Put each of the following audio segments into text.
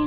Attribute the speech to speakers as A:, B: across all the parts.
A: 迎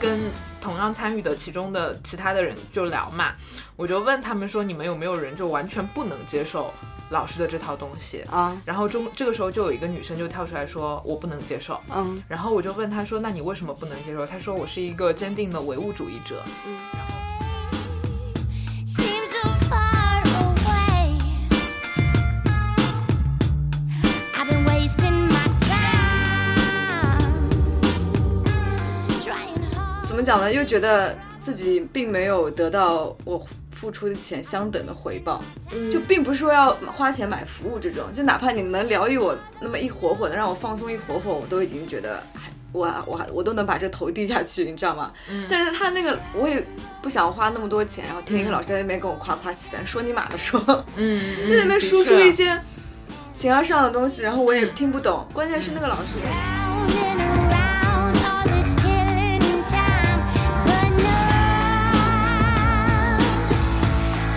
B: 跟同样参与的其中的其他的人就聊嘛，我就问他们说，你们有没有人就完全不能接受老师的这套东西？
A: 啊，
B: 然后中这个时候就有一个女生就跳出来说，我不能接受。
A: 嗯，
B: 然后我就问她说，那你为什么不能接受？她说我是一个坚定的唯物主义者。
C: Seems so far away. I've been wasting my time trying hard.
D: 怎么讲呢？又觉得自己并没有得到我付出的钱相等的回报，
B: 嗯
D: 就并不是说要花钱买服务这种，就哪怕你能疗愈我那么一火火的，让我放松一火火，我都已经觉得还我我我都能把这头低下去，你知道吗？
B: 嗯
D: 但是他那个我也不想花那么多钱，然后听一个老师在那边跟我夸夸其谈，说你妈的说，
B: 嗯，
D: 就在那边输出
B: 的确嗯
D: 一些形而上的东西，然后我也听不懂，关键是那个老师。
C: Round and around all this killing time. But no,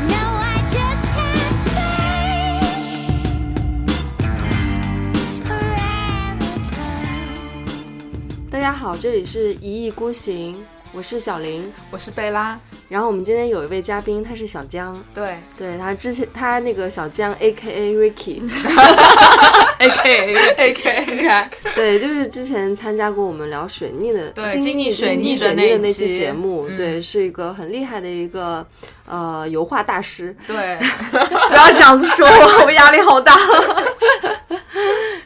C: no, I just can't stay forever.
A: 大家好，这里是《一意孤行》，我是小林。
B: 我是贝拉，
A: 然后我们今天有一位嘉宾，他是小江，
B: 对
A: 对他之前他那个小江 A K A Ricky，
B: ，A K A K，
A: 对，就是之前参加过我们聊水逆的，
B: 对
A: 经
B: 经历
A: 经
B: 水
A: 历
B: 逆的
A: 水
B: 那一
A: 的那
B: 期
A: 节目，
B: 嗯
A: 对，是一个很厉害的一个呃油画大师。
B: 对，
D: 不要这样子说我，我压力好大。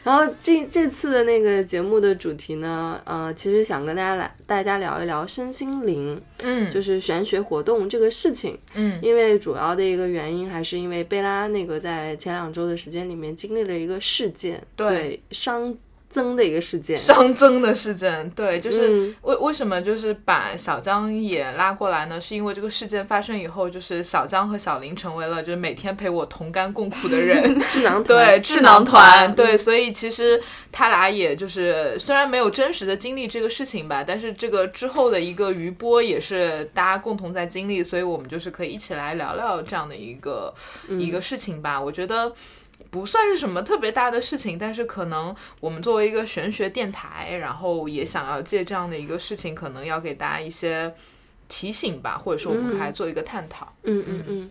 A: 然后这这次的那个节目的主题呢，呃，其实想跟大家来大家聊一聊身心灵，
B: 嗯
A: 就是玄学活动这个事情。
B: 嗯，
A: 因为主要的一个原因还是因为贝拉那个在前两周的时间里面经历了一个事件，
B: 对
A: 对熵增的一个事件。
B: 熵增的事件，对，就是
A: 嗯
B: 为、为什么就是把小江也拉过来呢？是因为这个事件发生以后，就是小江和小林成为了就是每天陪我同甘共苦的人。
A: 智囊 团
B: 对智囊
A: 团
B: 团，嗯对，所以其实他俩也就是虽然没有真实的经历这个事情吧，但是这个之后的一个余波也是大家共同在经历，所以我们就是可以一起来聊聊这样的一个、一个事情吧。我觉得不算是什么特别大的事情，但是可能我们作为一个玄学电台，然后也想要借这样的一个事情，可能要给大家一些提醒吧，或者说我们还做一个探讨。
A: 嗯嗯嗯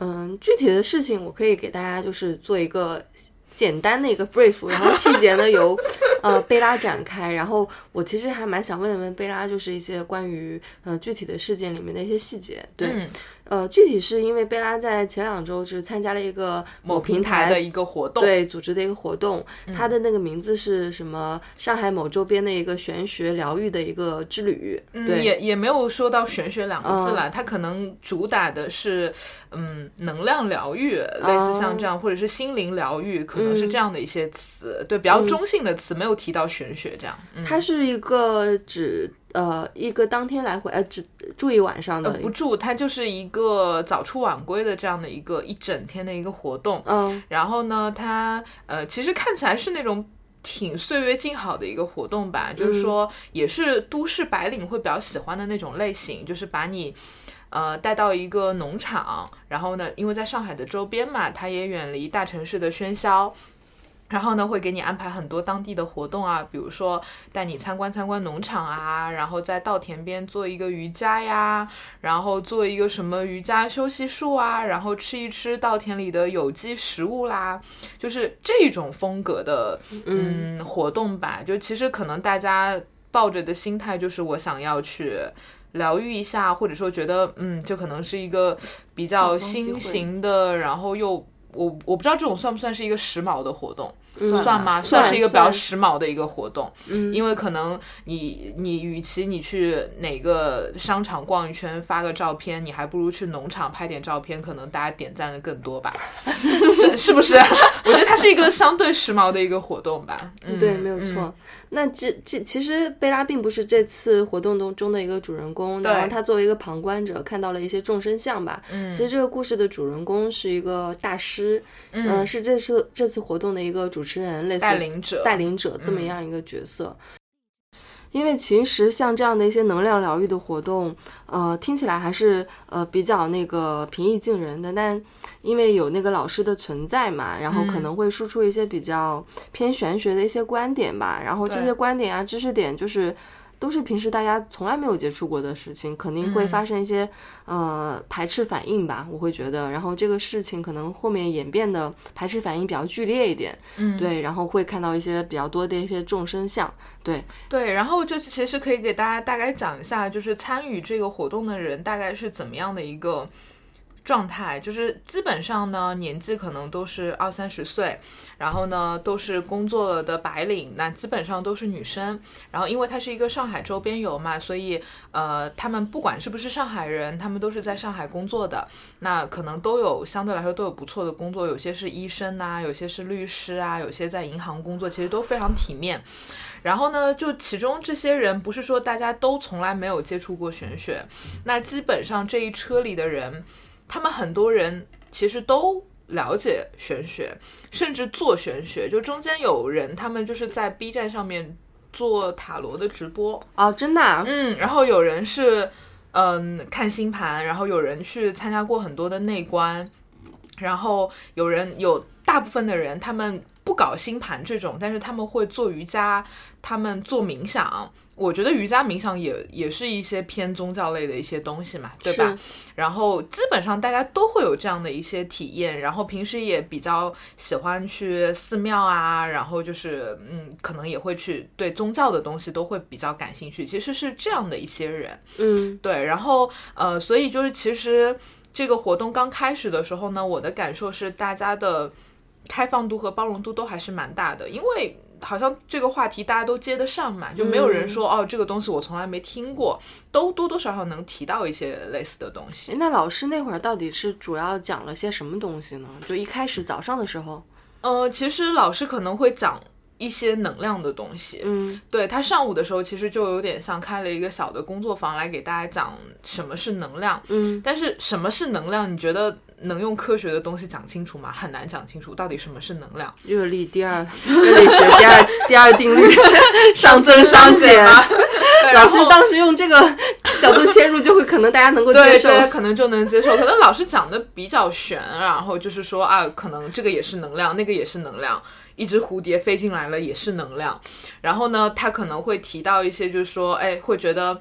A: 嗯，具体的事情我可以给大家就是做一个简单的一个 brief，然后细节呢 由呃贝拉展开。然后我其实还蛮想问一问贝拉，就是一些关于呃具体的事件里面的一些细节。对，
B: 嗯
A: 呃，具体是因为贝拉在前两周是参加了一个
B: 某
A: 平
B: 平台的一嗯个活动，
A: 对组织的一个活动，它的那个名字是什么？上海某周边的一个玄学疗愈的一个之旅。
B: 嗯，
A: 对，嗯
B: 也也没有说到玄学两个字啦，它可能主打的是，嗯，能量疗愈，类似像
A: 哦
B: 这样，或者是心灵疗愈，可
A: 嗯
B: 能是这样的一些词，对，比较中性的词，没有提到玄学这样。嗯，
A: 它是一个只呃一个当天来回呃只住一晚上的一个
B: 呃不住，它就是一个早出晚归的这样的一个一整天的一个活动。
A: 嗯
B: 然后呢，它呃，其实看起来是那种。挺岁月静好的一个活动吧，就是说也是都市白领会比较喜欢的那种类型，就是把你呃带到一个农场，然后呢，因为在上海的周边嘛，它也远离大城市的喧嚣。然后呢，会给你安排很多当地的活动啊，比如说带你参观参观农场啊，然后在稻田边做一个瑜伽呀，然后做一个什么瑜伽休息术啊，然后吃一吃稻田里的有机食物啦，就是这种风格的嗯活动吧。就其实可能大家抱着的心态就是我想要去疗愈一下，或者说觉得嗯，这可能是一个比较
D: 放松机
B: 新
D: 会
B: 型的，然后又我我不知道这种算不算是一个时髦的活动。算吗？
E: 算
B: 是一个比较
E: 算
B: 时髦的一个活动，
E: 嗯
B: 因为可能你你与其你去哪个商场逛一圈发个照片，你还不如去农场拍点照片，可能大家点赞的更多吧， 这是不是？ 我觉得它是一个相对时髦的一个活动吧。嗯，
E: 对，没有
B: 嗯
E: 错。。那这这其实贝拉并不是这次活动中中的一个主人公，然后
B: 对
E: 他作为一个旁观者看到了一些众生相吧。嗯，其实这个故事的主人公是一个大师，嗯、是这次这次活动的一个主持人，类似
B: 带领者，嗯
E: 带领者这么样一个角色。因为其实像这样的一些能量疗愈的活动，呃，听起来还是呃比较那个平易近人的，但因为有那个老师的存在嘛，然
B: 嗯
E: 后可能会输出一些比较偏玄学的一些观点吧，然后这
B: 对
E: 些观点啊、知识点就是。都是平时大家从来没有接触过的事情，肯定会
B: 嗯
E: 发生一些、呃排斥反应吧，我会觉得。然后这个事情可能后面演变的排斥反应比较剧烈一点，
B: 嗯，
E: 对，然后会看到一些比较多的一些众生相，对，
B: 对，然后就其实可以给大家大概讲一下，就是参与这个活动的人大概是怎么样的一个状态，就是基本上呢年纪可能都是二三十岁，然后呢都是工作了的白领，那基本上都是女生。然后因为它是一个上海周边游嘛，所以呃他们不管是不是上海人，他们都是在上海工作的，那可能都有相对来说都有不错的工作，有些是医生呐、有些是律师啊，有些在银行工作，其实都非常体面。然后呢，就其中这些人不是说大家都从来没有接触过玄学，那基本上这一车里的人，他们很多人其实都了解玄学，甚至做玄学。就中间有人，他们就是在 B 站上面做塔罗的直播，
E: 哦，真的、啊，
B: 嗯，然后有人是嗯看星盘，然后有人去参加过很多的内观，然后有人有大部分的人他们不搞星盘这种，但是他们会做瑜伽，他们做冥想。我觉得瑜伽、冥想也也是一些偏宗教类的一些东西嘛，对吧？然后基本上大家都会有这样的一些体验，然后平时也比较喜欢去寺庙啊，然后就是嗯，可能也会去对宗教的东西都会比较感兴趣，其实是这样的一些人，
E: 嗯，
B: 对，然后呃，所以就是其实这个活动刚开始的时候呢，我的感受是大家的开放度和包容度都还是蛮大的，因为。好像这个话题大家都接得上嘛，就没有人说、哦，这个东西我从来没听过，都多多少少能提到一些类似的东西
E: 诶。那老师那会儿到底是主要讲了些什么东西呢？就一开始早上的时候，
B: 呃，其实老师可能会讲一些能量的东西。
E: 嗯
B: 对他上午的时候，其实就有点像开了一个小的工作坊来给大家讲什么是能量。
E: 嗯，
B: 但是什么是能量？你觉得能用科学的东西讲清楚吗？很难讲清楚，到底什么是能量？
E: 热力第 二热力学第二第二定律 上增上减。
B: 对
E: 老
B: 然
E: 师
B: 后
E: 当时用这个角度切入，就会可能大家能够接
B: 对，
E: 受
B: 大。家可能就能接受。可能老师讲的比较玄，然后就是说啊，可能这个也是能量，那个也是能量，一只蝴蝶飞进来了也是能量。然后呢，他可能会提到一些，就是说，哎，会觉得。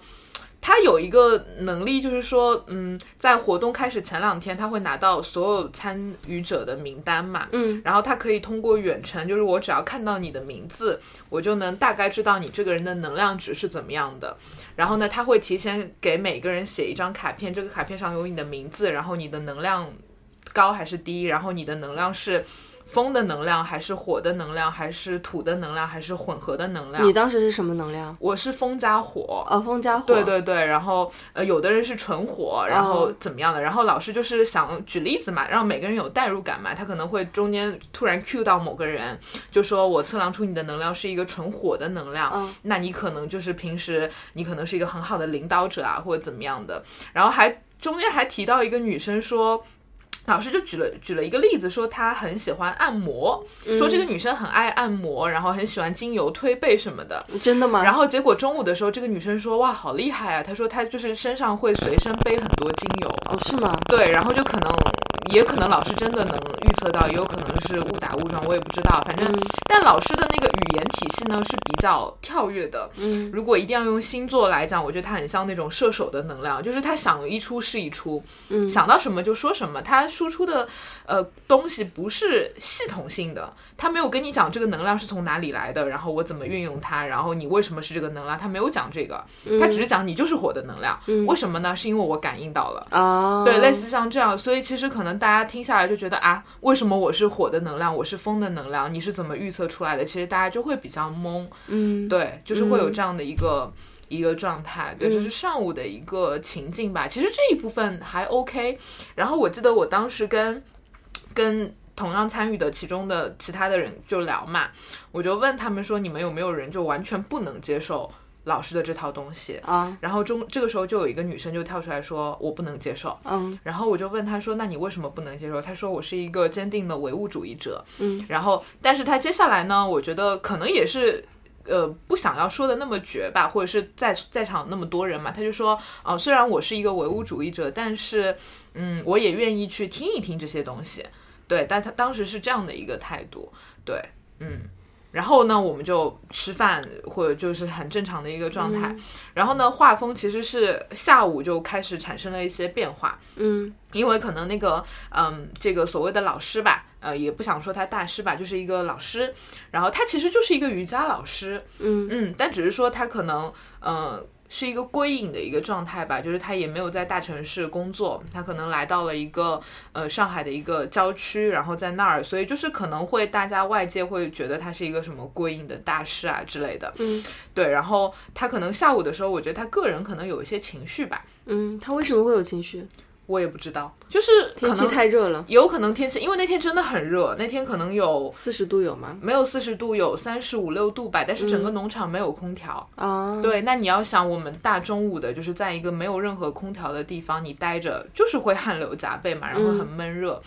B: 他有一个能力，就是说，嗯，在活动开始前两天，他会拿到所有参与者的名单嘛，
E: 嗯，
B: 然后他可以通过远程，就是我只要看到你的名字，我就能大概知道你这个人的能量值是怎么样的。然后呢，他会提前给每个人写一张卡片，这个卡片上有你的名字，然后你的能量高还是低，然后你的能量是风的能量还是火的能量还是土的能量还是混合的能
E: 你
B: 量。
E: 当时是什么能量？
B: 我是风加火，
E: 哦，风加火。
B: 对对对，然后呃，有的人是纯火，然后
E: 哦
B: 怎么样的？然后老师就是想举例子嘛，让每个人有代入感嘛。他可能会中间突然 cue 到某个人，就说我测量出你的能量是一个纯火的能量，
E: 嗯
B: 那你可能就是平时你可能是一个很好的领导者啊，或者怎么样的。然后还中间还提到一个女生说。老师就举了举了一个例子，说她很喜欢按摩，说
E: 嗯
B: 这个女生很爱按摩，然后很喜欢精油推背什么的。
E: 真的吗？
B: 然后结果中午的时候，这个女生说：“哇，好厉害啊！”她说她就是身上会随身背很多精油。
E: 哦，是吗？
B: 对，然后就可能，也可能老师真的能预测到，也有可能是误打误撞，我也不知道。反正，
E: 嗯
B: 但老师的那个语言体系呢是比较跳跃的。
E: 嗯，
B: 如果一定要用星座来讲，我觉得他很像那种射手的能量，就是他想一出是一出，
E: 嗯
B: 想到什么就说什么。他输出的呃东西不是系统性的，他没有跟你讲这个能量是从哪里来的，然后我怎么运用它，然后你为什么是这个能量，他没有讲这个，
E: 嗯
B: 他只是讲你就是火的能量，为什么呢？是因为我感应到了。
E: 哦，
B: 对，类似像这样，所以其实可能能大家听下来就觉得啊，为什么我是火的能量，我是风的能量，你是怎么预测出来的？其实大家就会比较懵，
E: 嗯，嗯
B: 对，就是会有这样的一个、一个状态，对，这是上午的一个情境吧。其实这一部分还 OK。然后我记得我当时跟跟同样参与的其中的其他的人就聊嘛，我就问他们说，你们有没有人就完全不能接受老师的这套东西？
E: 啊，
B: 然后中这个时候就有一个女生就跳出来说，我不能接受。
E: 嗯
B: 然后我就问他说：“那你为什么不能接受？”他说：“我是一个坚定的唯物主义者。”
E: 嗯，
B: 然后但是他接下来呢，我觉得可能也是。呃，不想要说的那么绝吧，或者是在在场那么多人嘛，他就说，呃，虽然我是一个唯物主义者，但是，嗯，我也愿意去听一听这些东西，对，但他当时是这样的一个态度，对，嗯，然后呢，我们就吃饭或者就是很正常的一个状
E: 嗯
B: 态，然后呢，画风其实是下午就开始产生了一些变化，
E: 嗯
B: 因为可能那个，嗯，这个所谓的老师吧，呃，也不想说他大师吧，就是一个老师，然后他其实就是一个瑜伽老师，
E: 嗯
B: 嗯，但只是说他可能，呃，是一个归隐的一个状态吧，就是他也没有在大城市工作，他可能来到了一个呃上海的一个郊区，然后在那儿，所以就是可能会大家外界会觉得他是一个什么归隐的大师啊之类的，
E: 嗯
B: 对，然后他可能下午的时候，我觉得他个人可能有一些情绪吧，
E: 嗯，他为什么会有情绪？
B: 我也不知道，就是可
E: 天气
B: 能
E: 太热了，
B: 有可能天气，因为那天真的很热，那天可能有
E: 四十度有吗？
B: 没有四十度，有三十五六度吧，但是整个
E: 嗯
B: 农场没有空调。
E: 啊，，
B: 对，那你要想，我们大中午的，就是在一个没有任何空调的地方，你待着就是会汗流浃背嘛，然
E: 嗯
B: 后很闷热。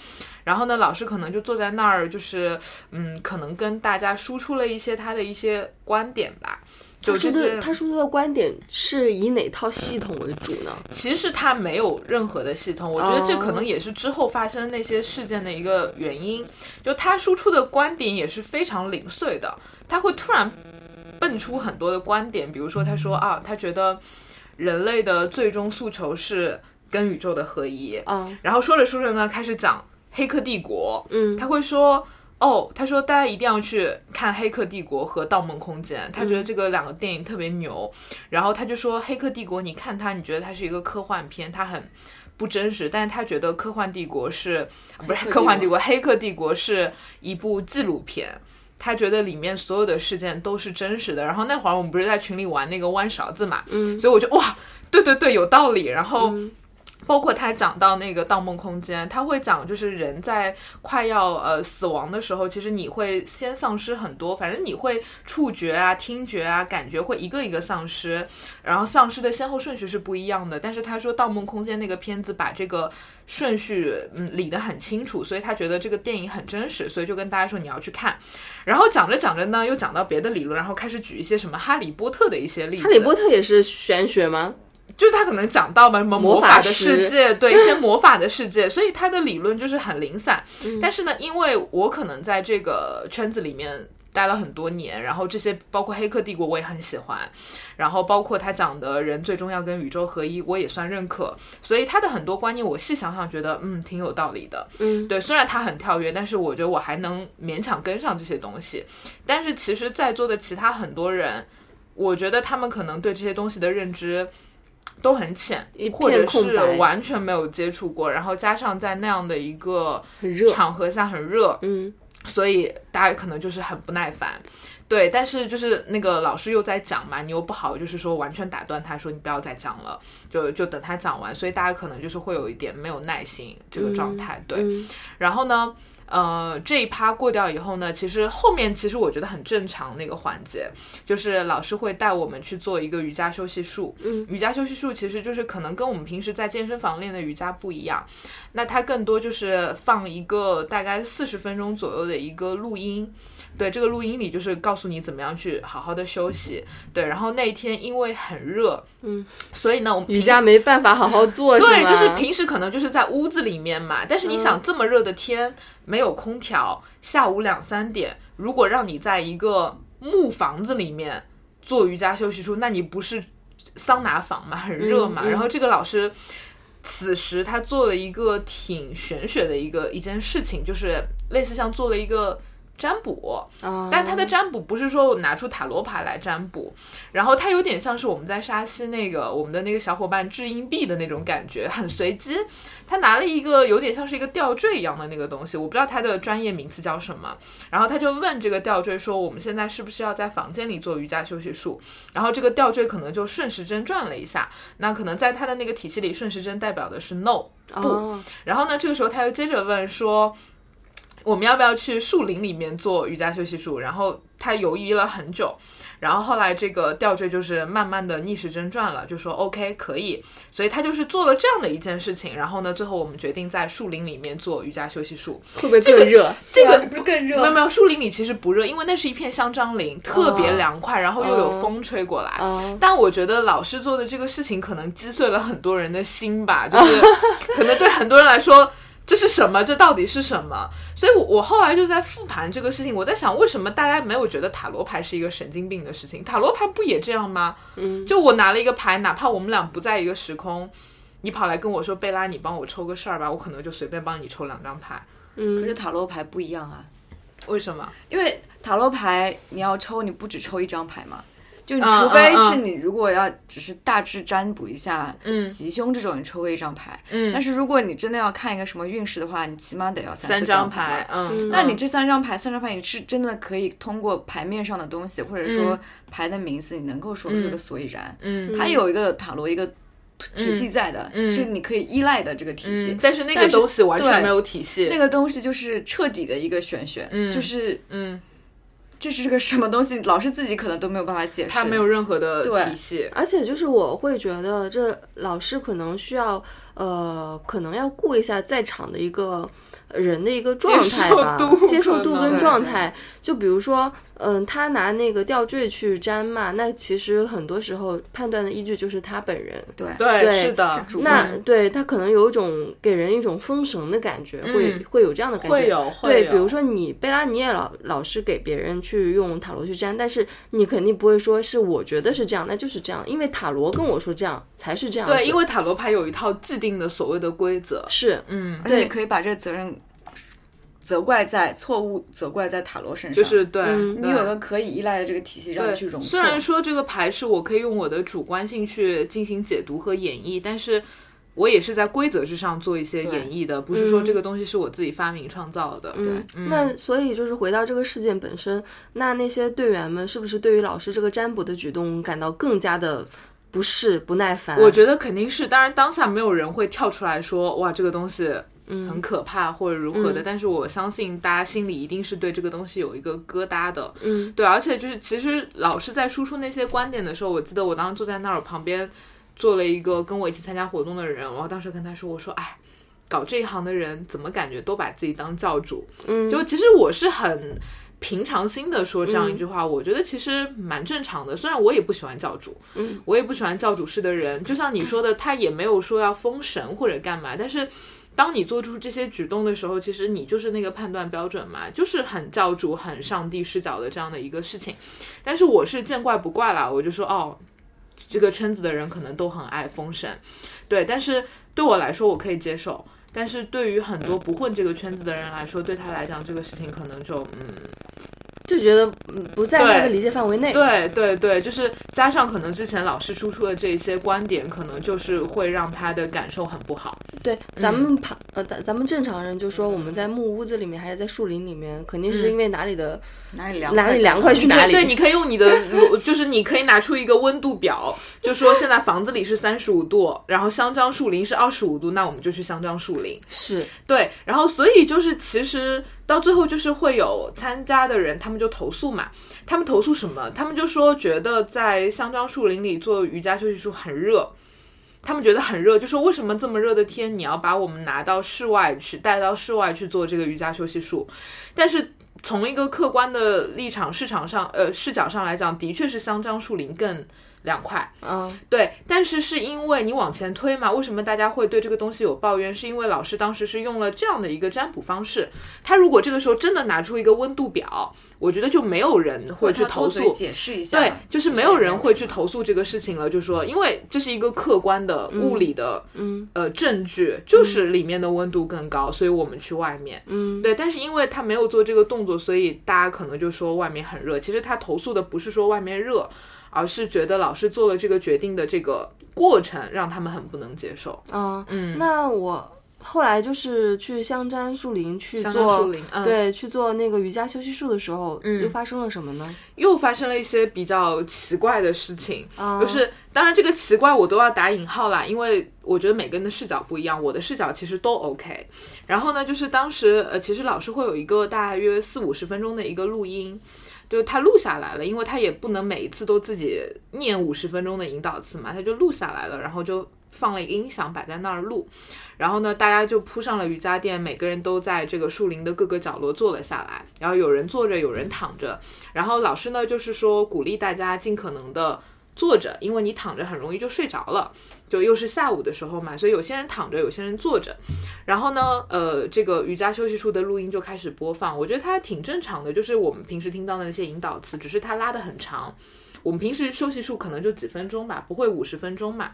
B: 然后呢，老师可能就坐在那儿，就是嗯，可能跟大家输出了一些他的一些观点吧。
E: 他
B: 就
E: 说
B: 这
E: 的
B: 些。
E: 他说的观点是以哪套系统为主呢？
B: 其实它没有任何的系统，我觉得这可能也是之后发生那些事件的一个原因。就他输出的观点也是非常零碎的，他会突然蹦出很多的观点，比如说他说啊，他觉得人类的最终诉求是跟宇宙的合一，
E: 啊，
B: 然后说着说着呢，开始讲《黑客帝国》，
E: 嗯
B: 他会说。哦，他说大家一定要去看《黑客帝国》和《盗梦空间》，他觉得这个两个电影特别牛。然后他就说，《黑客帝国》，你看它，你觉得它是一个科幻片，它很不真实，但是他觉得《科幻帝国》是啊不是《科幻帝国》，《黑客帝国》是一部纪录片。他觉得里面所有的事件都是真实的。然后那会儿我们不是在群里玩那个弯勺子嘛，
E: 嗯
B: 所以我就哇，对对对，有道理。然后包括他讲到那个《盗梦空间》，他会讲就是人在快要呃死亡的时候，其实你会先丧失很多，反正你会触觉啊、听觉啊、感觉会一个一个丧失，然后丧失的先后顺序是不一样的。但是他说《盗梦空间》那个片子把这个顺序嗯理得很清楚，所以他觉得这个电影很真实，所以就跟大家说你要去看。然后讲着讲着呢，又讲到别的理论，然后开始举一些什么哈利波特的一些例子。
E: 哈利波特也是玄学吗？
B: 就是他可能讲到嘛，什么魔
E: 魔
B: 法
E: 法
B: 的世
E: 石
B: 界，对一些魔法的世界，所 以他的理论就是很零散。但是呢，因为我可能在这个圈子里面待了很多年，然后这些包括《黑客帝国》我也很喜欢，然后包括他讲的人最终要跟宇宙合一，我也算认可。所以他的很多观念，我细想想觉得，嗯，挺有道理的。
E: 嗯，
B: 对，虽然它很跳跃，但是我觉得我还能勉强跟上这些东西。但是其实，在座的其他很多人，我觉得他们可能对这些东西的认知都很浅
E: 一，
B: 或者
E: 片空
B: 是
E: 白
B: 完全没有接触过。然后加上在那样的一个
E: 很热。
B: 场合下很热，
E: 嗯
B: 所以大家可能就是很不耐烦。对，但是就是那个老师又在讲嘛，你又不好，就是说完全打断他说你不要再讲了，就就等他讲完，所以大家可能就是会有一点没有耐心这个状态。对，
E: 嗯
B: 然后呢，呃，这一趴过掉以后呢，其实后面其实我觉得很正常那个环节，就是老师会带我们去做一个瑜伽休息术。
E: 嗯，
B: 瑜伽休息术其实就是可能跟我们平时在健身房练的瑜伽不一样，那它更多就是放一个大概四十分钟左右的一个录音。对，这个录音里就是告诉你怎么样去好好的休息。对，然后那一天因为很热，
E: 嗯，
B: 所以呢，我们
E: 瑜
B: 平
E: 伽没办法好好做，
B: 对，
E: 吗？
B: 就是平时可能就是在屋子里面嘛，但是你
E: 嗯
B: 想这么热的天，没有空调，下午两三点，如果让你在一个木房子里面做瑜伽休息术，那你不是桑拿房嘛，很热嘛。
E: 嗯嗯
B: 然后这个老师此时他做了一个挺玄学的一个一件事情，就是类似像做了一个占卜，
E: 啊，
B: 但他的占卜不是说我拿出塔罗牌来占卜，然后它有点像是我们在沙溪那个我们的那个小伙伴掷硬币的那种感觉，很随机。他拿了一个有点像是一个吊坠一样的那个东西，我不知道它的专业名词叫什么。然后他就问这个吊坠说：“我们现在是不是要在房间里做瑜伽休息术？”然后这个吊坠可能就顺时针转了一下，那可能在他的那个体系里，顺时针代表的是 no 不。
E: 哦
B: 然后呢，这个时候他又接着问说，我们要不要去树林里面做瑜伽休息术？然后他犹豫了很久，然后后来这个吊坠就是慢慢的逆时针转了，就说 OK 可以。所以他就是做了这样的一件事情。然后呢，最后我们决定在树林里面做瑜伽休息术。
E: 会不会更热？
B: 这个
D: 啊不是更热哦
B: 没有没有，树林里其实不热，因为那是一片香樟林，特别凉快，然后又有风吹过来。
E: 哦
B: 但我觉得老师做的这个事情，可能击碎了很多人的心吧，就是 可能对很多人来说，这是什么？这到底是什么？所以我，我后来就在复盘这个事情，我在想，为什么大家没有觉得塔罗牌是一个神经病的事情？塔罗牌不也这样吗？
E: 嗯，
B: 就我拿了一个牌，哪怕我们俩不在一个时空，你跑来跟我说贝拉，你帮我抽个事儿吧，我可能就随便帮你抽两张牌。
E: 嗯，
D: 可是塔罗牌不一样啊，
B: 为什么？
D: 因为塔罗牌你要抽，你不只抽一张牌嘛。就你
B: 嗯
D: 除非
B: 嗯
D: 是你如果要只是大致占卜一下
B: 嗯
D: 吉凶这种，你抽个一张牌。
B: 嗯
D: 但是如果你真的要看一个什么运势的话，你起码得要
B: 三
D: 四
B: 张
D: 牌
B: 牌
D: 嘛。，
B: 嗯，
D: 那你这三张牌，三张牌你是真的可以通过牌面上的东西，或者说牌的名字，你能够说出个所以然。
B: 嗯
D: 它有一个塔罗一个体系在的，
B: 嗯
D: 是你可以依赖的这个体系。
B: 嗯，但是那个
D: 但是
B: 东西完全
D: 对
B: 没有体系，
D: 那个东西就是彻底的一个玄学，
B: 嗯
D: 就是
B: 嗯，
D: 这是个什么东西，老师自己可能都没有办法解释。
B: 它没有任何的
D: 对
B: 体系，
E: 而且就是我会觉得，这老师可能需要，呃，可能要顾一下在场的一个呃人的一个状态吧，
B: 接受度
E: 接受度
B: 可能
E: 跟
D: 对
E: 状态。就比如说，嗯、他拿那个吊坠去粘嘛，那其实很多时候判断的依据就是他本人。
D: 对
B: 对，
E: 对
B: 是的，
D: 主
E: 那
B: 嗯
E: 对他可能有一种给人一种封神的感觉，会
B: 嗯
E: 会有这样的感觉。
B: 会有会
E: 对，
B: 有，
E: 比如说你贝拉，你也老老是给别人去用塔罗去占，但是你肯定不会说是我觉得是这样，那就是这样，因为塔罗跟我说这样才是这样子。
B: 对，因为塔罗牌有一套既定的所谓的规则，
E: 是
B: 嗯，
D: 而且
E: 对
D: 你可以把这个责任责怪在错误，责怪在塔罗身上，
B: 就是对，
E: 嗯
D: 你
B: 对
D: 有个可以依赖的这个体系让你去
B: 对，
D: 容错。
B: 虽然说这个牌是我可以用我的主观性去进行解读和演绎，但是我也是在规则之上做一些
D: 对
B: 演绎的，不是说
E: 嗯
B: 这个东西是我自己发明创造的，
E: 嗯，
B: 嗯
E: 那所以就是回到这个事件本身，那那些队员们是不是对于老师这个占卜的举动感到更加的不适、不耐烦？
B: 我觉得肯定是，当然当下没有人会跳出来说哇这个东西很
E: 嗯
B: 可怕或者如何的，
E: 嗯
B: 但是我相信大家心里一定是对这个东西有一个疙瘩的。
E: 嗯
B: 对，而且就是其实老师在输出那些观点的时候，我记得我当时坐在那儿，我旁边坐了一个跟我一起参加活动的人，我当时跟他说，我说哎。搞这一行的人怎么感觉都把自己当教主？
E: 嗯，
B: 就其实我是很平常心的说这样一
E: 嗯
B: 句话，我觉得其实蛮正常的。虽然我也不喜欢教主，
E: 嗯，
B: 我也不喜欢教主式的人，就像你说的，他也没有说要封神或者干嘛，但是。当你做出这些举动的时候，其实你就是那个判断标准嘛，就是很教主、很上帝视角的这样的一个事情。但是我是见怪不怪啦，我就说哦，这个圈子的人可能都很爱封神，对，但是对我来说我可以接受，但是对于很多不混这个圈子的人来说，对他来讲这个事情可能就嗯，
E: 就觉得嗯不在那
B: 对
E: 个理解范围内。
B: 对对对，就是加上可能之前老师输出的这一些观点，可能就是会让他的感受很不好。
E: 对，咱
B: 嗯
E: 们旁呃，咱咱们正常人就说我们在木屋子里面还是在树林里面，肯定是
B: 嗯
E: 因为哪里的
D: 哪里凉
E: 哪里凉快去哪里。
B: 啊对，对你可以用你的 逻，就是你可以拿出一个温度表，就说现在房子里是三十五度，然后香樟树林是二十五度，那我们就去香樟树林。
E: 是
B: 对，然后所以就是其实到最后就是会有参加的人，他们就投诉嘛，他们投诉什么？他们就说觉得在香樟树林里做瑜伽休息术很热。他们觉得很热，就说为什么这么热的天，你要把我们拿到室外去，带到室外去做这个瑜伽休息术？但是从一个客观的立场、市场上，呃，视角上来讲，的确是香樟树林更两块。
E: 嗯
B: 对，但是是因为你往前推嘛，为什么大家会对这个东西有抱怨？是因为老师当时是用了这样的一个占卜方式，他如果这个时候真的拿出一个温度表，我觉得就没有人会去
D: 他多
B: 投
D: 嘴
B: 诉。
D: 解释一下，
B: 对，就是没有人会去投诉这个事情了，就说因为这是一个客观的物理的、
E: 嗯
B: 呃证据，就是里面的温度更高，所以我们去外面。
E: 嗯，
B: 对，但是因为他没有做这个动作，所以大家可能就说外面很热。其实他投诉的不是说外面热，而是觉得老师做了这个决定的这个过程让他们很不能接受。
E: 嗯
B: 嗯，
E: 那我后来就是去香樟树林去
B: 香樟树
E: 做
B: 林，嗯，，
E: 对，去做那个瑜伽休息术的时候，
B: 嗯
E: 又发生了什么呢？
B: 又发生了一些比较奇怪的事情。
E: 啊，
B: 就是，当然这个奇怪我都要打引号啦，因为我觉得每个人的视角不一样，我的视角其实都 OK。然后呢，就是当时呃，其实老师会有一个大约四五十分钟的一个录音，就是他录下来了，因为他也不能每一次都自己念五十分钟的引导词嘛，他就录下来了，然后就放了一个音响摆在那儿录。然后呢，大家就铺上了瑜伽垫，每个人都在这个树林的各个角落坐了下来，然后有人坐着，有人躺着。然后老师呢，就是说鼓励大家尽可能的坐着，因为你躺着很容易就睡着了。就又是下午的时候嘛，所以有些人躺着，有些人坐着。然后呢，呃，这个瑜伽休息处的录音就开始播放，我觉得它挺正常的，就是我们平时听到的那些引导词，只是它拉得很长。我们平时休息处可能就几分钟吧，不会五十分钟嘛。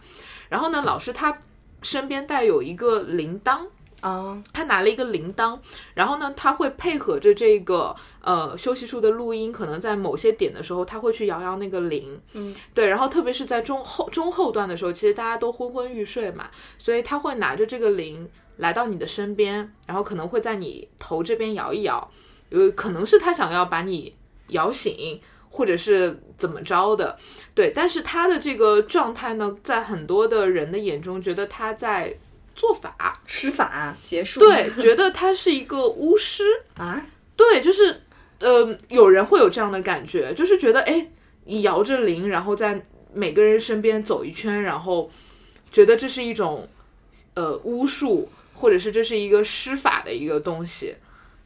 B: 然后呢，老师他身边带有一个铃铛，
E: 啊，
B: 他拿了一个铃铛，然后呢，他会配合着这个呃休息处的录音，可能在某些点的时候，他会去摇摇那个铃，嗯，对，然后特别是在中后中后段的时候，其实大家都昏昏欲睡嘛，所以他会拿着这个铃来到你的身边，然后可能会在你头这边摇一摇，有可能是他想要把你摇醒，或者是怎么着的，对，但是他的这个状态呢，在很多的人的眼中，觉得他在做法，啊
E: 施法
D: 邪术，
B: 对，觉得他是一个巫师。
E: 啊，
B: 对，就是呃，有人会有这样的感觉，就是觉得哎，你摇着铃，然后在每个人身边走一圈，然后觉得这是一种呃巫术，或者是这是一个施法的一个东西。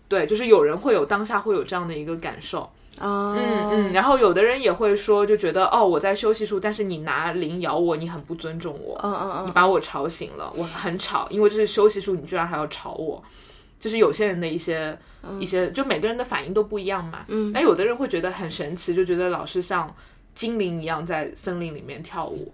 B: 对，就是有人会有当下会有这样的一个感受，
E: 啊，
B: 嗯嗯，然后有的人也会说，就觉得哦，我在休息处，但是你拿铃摇我，你很不尊重我，
E: 嗯嗯
B: 你
E: 嗯，
B: 把我吵醒了，我很吵，因为这是休息术，你居然还要吵我，就是有些人的一些、一些，就每个人的反应都不一样嘛。
E: 嗯
B: 那有的人会觉得很神奇，就觉得老师像精灵一样在森林里面跳舞。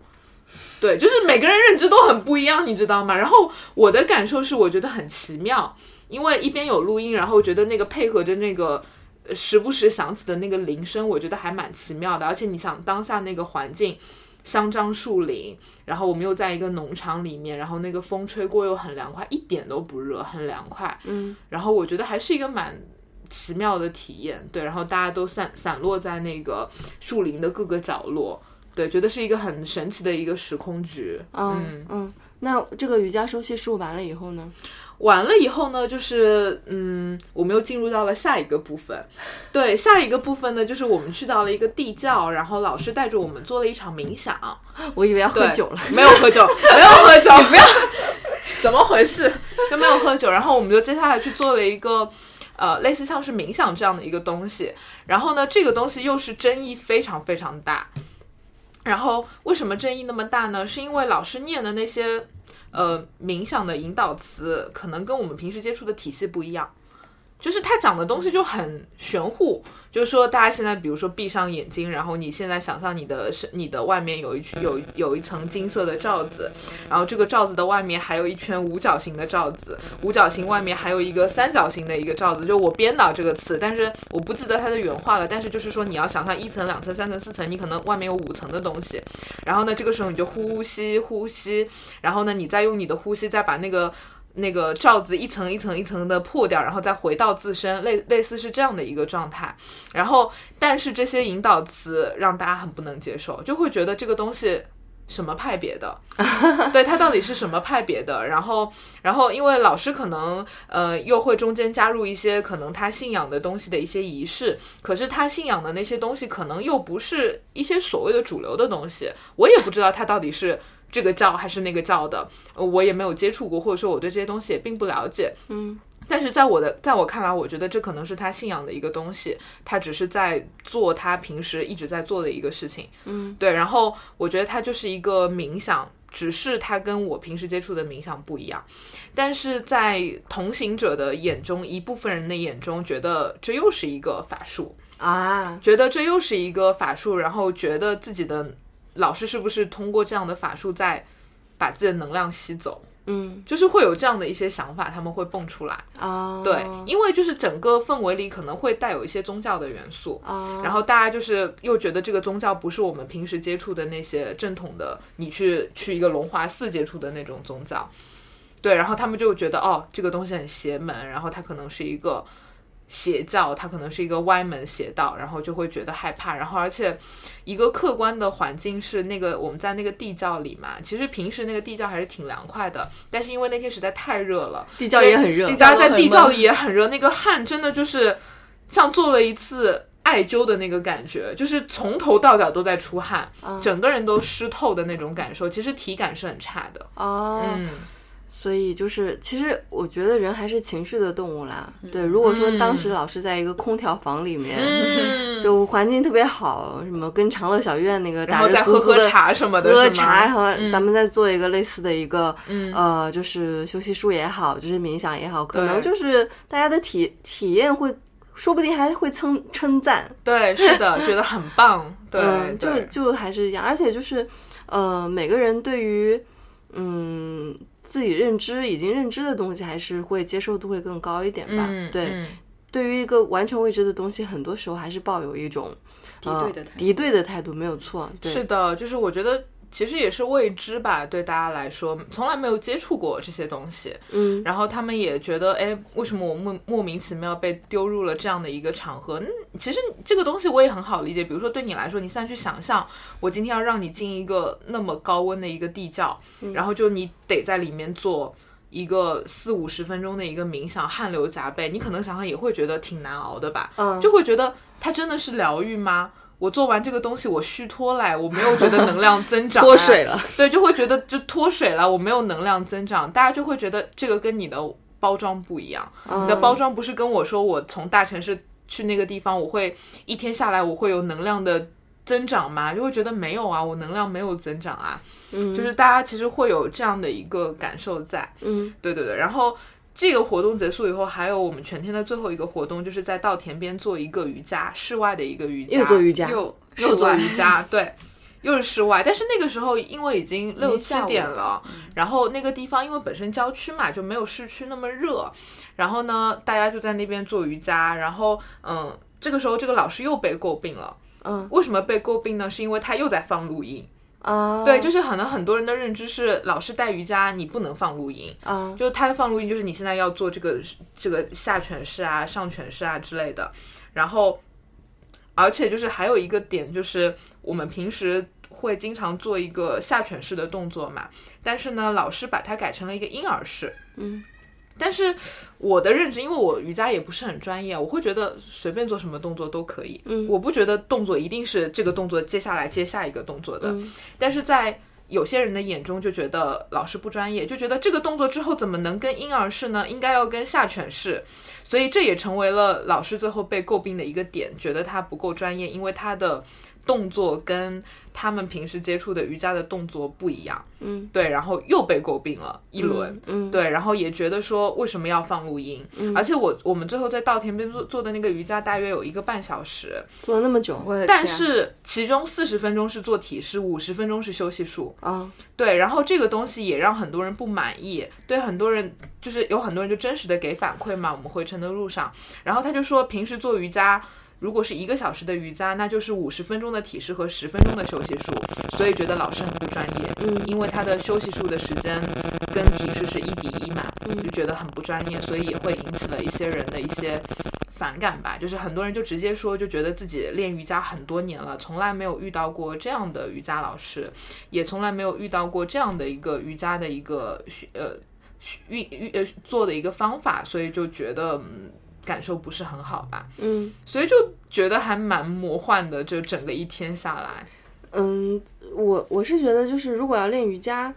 B: 对，就是每个人认知都很不一样，你知道吗？然后我的感受是，我觉得很奇妙，因为一边有录音，然后觉得那个配合着那个呃时不时响起的那个铃声，我觉得还蛮奇妙的。而且你想当下那个环境，香樟树林，然后我们又在一个农场里面，然后那个风吹过又很凉快，一点都不热，很凉快。
E: 嗯，
B: 然后我觉得还是一个蛮奇妙的体验，对。然后大家都散散落在那个树林的各个角落，对，觉得是一个很神奇的一个时空局。
E: 嗯嗯，那这个瑜伽休息术完了以后呢？
B: 完了以后呢，就是嗯，我们又进入到了下一个部分。对，下一个部分呢，就是我们去到了一个地窖，然后老师带着我们做了一场冥想。
E: 我以为要喝
B: 对
E: 酒了，
B: 没有喝酒，没有喝 酒，不要，怎么回事？就没有喝酒，然后我们就接下来去做了一个。呃，类似像是冥想这样的一个东西，然后呢，这个东西又是争议非常非常大。然后为什么争议那么大呢？是因为老师念的那些呃冥想的引导词，可能跟我们平时接触的体系不一样，就是他讲的东西就很玄乎，就是说，大家现在比如说闭上眼睛，然后你现在想象你的身，你的外面有一圈有有一层金色的罩子，然后这个罩子的外面还有一圈五角形的罩子，五角形外面还有一个三角形的一个罩子。就我编导这个词，但是我不记得它的原话了。但是就是说，你要想象一层、两层、三层、四层，你可能外面有五层的东西。然后呢，这个时候你就呼吸呼吸，然后呢，你再用你的呼吸再把那个。那个罩子一层一层一层的破掉，然后再回到自身，类类似是这样的一个状态。然后，但是这些引导词让大家很不能接受，就会觉得这个东西什么派别的，对它到底是什么派别的？然后，然后因为老师可能呃又会中间加入一些可能他信仰的东西的一些仪式，可是他信仰的那些东西可能又不是一些所谓的主流的东西，我也不知道他到底是。这个教还是那个教的，呃我也没有接触过，或者说我对这些东西也并不了解。
E: 嗯，
B: 但是在我的在我看来，我觉得这可能是他信仰的一个东西，他只是在做他平时一直在做的一个事情。嗯，对。然后我觉得他就是一个冥想，只是他跟我平时接触的冥想不一样。但是在同行者的眼中，一部分人的眼中，觉得这又是一个法术，
E: 啊，
B: 觉得这又是一个法术，然后觉得自己的老师是不是通过这样的法术在把自己的能量吸走，
E: 嗯
B: 就是会有这样的一些想法，他们会蹦出来。
E: 啊，
B: 对，因为就是整个氛围里可能会带有一些宗教的元素，
E: 啊，
B: 然后大家就是又觉得这个宗教不是我们平时接触的那些正统的，你去去一个龙华寺接触的那种宗教，对，然后他们就觉得哦，这个东西很邪门，然后它可能是一个邪教，它可能是一个歪门邪道，然后就会觉得害怕，然后而且一个客观的环境是那个我们在那个地窖里嘛，其实平时那个地窖还是挺凉快的，但是因为那天实在太热了，
E: 地窖也很热
D: 地窖
B: 大家在地窖里也很热，那个汗真的就是像做了一次艾灸的那个感觉，就是从头到脚都在出汗，
E: 啊
B: 整个人都湿透的那种感受，其实体感是很差的。
E: 哦，
B: 嗯，
E: 所以就是，其实我觉得人还是情绪的动物啦。
B: 嗯
E: 对，如果说当时老师在一个空调房里面，就环境特别好，什么跟长乐小院那个
B: 嗯然
E: 打
B: 后
E: 着
B: 再
E: 足
B: 喝
E: 足
B: 喝
E: 的
B: 茶什么的，
E: 喝
B: 是吗
E: 茶，然后
B: 嗯
E: 咱们再做一个类似的一个，
B: 嗯
E: 呃，就是休息术也好，就是冥想也好，可
B: 对
E: 能就是大家的体体验会，说不定还会称称赞，
B: 对，是的，觉得很 棒。对，
E: 嗯，就
B: 对
E: 就还是一样，而且就是，呃，每个人对于嗯自己认知已经认知的东西，还是会接受度会更高一点吧。
B: 嗯，
E: 对，
B: 嗯
E: 对于一个完全未知的东西，很多时候还是抱有一种
D: 敌对的态
E: 呃、
D: 度
E: 敌对的态度，没有错。对，
B: 是的，就是我觉得其实也是未知吧，对大家来说，从来没有接触过这些东西。
E: 嗯，
B: 然后他们也觉得，哎，为什么我莫莫名其妙被丢入了这样的一个场合？嗯，其实这个东西我也很好理解。比如说对你来说，你现在去想象，我今天要让你进一个那么高温的一个地窖，
E: 嗯
B: 然后就你得在里面做。一个四五十分钟的一个冥想，汗流浃背，你可能想想也会觉得挺难熬的吧？
E: 嗯
B: 就会觉得它真的是疗愈吗？我做完这个东西，我虚脱来，我没有觉得能量增长、啊
E: 脱水了。
B: 对，就会觉得就脱水了，我没有能量增长，大家就会觉得这个跟你的包装不一样。
E: 嗯
B: 你的包装不是跟我说我从大城市去那个地方，我会一天下来我会有能量的增长吗？就会觉得没有啊，我能量没有增长啊。嗯，就是大家其实会有这样的一个感受在。
E: 嗯，
B: 对对对，然后。这个活动结束以后，还有我们全天的最后一个活动，就是在稻田边做一个瑜伽，室外的一个瑜伽，
E: 又做瑜伽，
D: 又
B: 又做
D: 外
B: 瑜伽，对，又是室外。但是那个时候因为已经六七
D: 下午
B: 点了
D: 了，
B: 然后那个地方因为本身郊区嘛，就没有市区那么热。然后呢，大家就在那边做瑜伽。然后，嗯，这个时候这个老师又被诟病了。
E: 嗯
B: 为什么被诟病呢？是因为他又在放录音。
E: 啊，
B: 对，就是可能很多人的认知是，老师带瑜伽你不能放录音。
E: 啊，
B: 就是他放录音，就是你现在要做这个这个下犬式啊、上犬式啊之类的。然后，而且就是还有一个点，就是我们平时会经常做一个下犬式的动作嘛，但是呢，老师把它改成了一个婴儿式。
E: 嗯。
B: 但是我的认知，因为我瑜伽也不是很专业，我会觉得随便做什么动作都可以。
E: 嗯
B: 我不觉得动作一定是这个动作接下来接下一个动作的。
E: 嗯
B: 但是在有些人的眼中就觉得老师不专业，就觉得这个动作之后怎么能跟婴儿式呢？应该要跟下犬式，所以这也成为了老师最后被诟病的一个点，觉得他不够专业，因为他的动作跟他们平时接触的瑜伽的动作不一样。
E: 嗯，
B: 对，然后又被诟病了一轮。
E: 嗯，
B: 对，然后也觉得说为什么要放录音？而且我我们最后在稻田边做做的那个瑜伽大约有一个半小时，
E: 做了那么久
D: 我的
B: 但
D: 天啊
B: 是其中四十分钟是做体式，五十分钟是休息术。
E: 啊，
B: 对，然后这个东西也让很多人不满意，对很多人就是有很多人就真实的给反馈嘛，我们回程的路上，然后他就说平时做瑜伽。如果是一个小时的瑜伽，那就是五十分钟的体式和十分钟的休息术，所以觉得老师很不专业，
E: 嗯
B: 因为他的休息术的时间跟体式是一比一嘛，
E: 嗯
B: 就觉得很不专业，所以也会引起了一些人的一些反感吧。就是很多人就直接说，就觉得自己练瑜伽很多年了，从来没有遇到过这样的瑜伽老师，也从来没有遇到过这样的一个瑜伽的一个学呃学运运呃做的一个方法，所以就觉得嗯感受不是很好吧，
E: 嗯。
B: 所以就觉得还蛮魔幻的，就整个一天下来，
E: 嗯，我我是觉得，就是如果要练瑜伽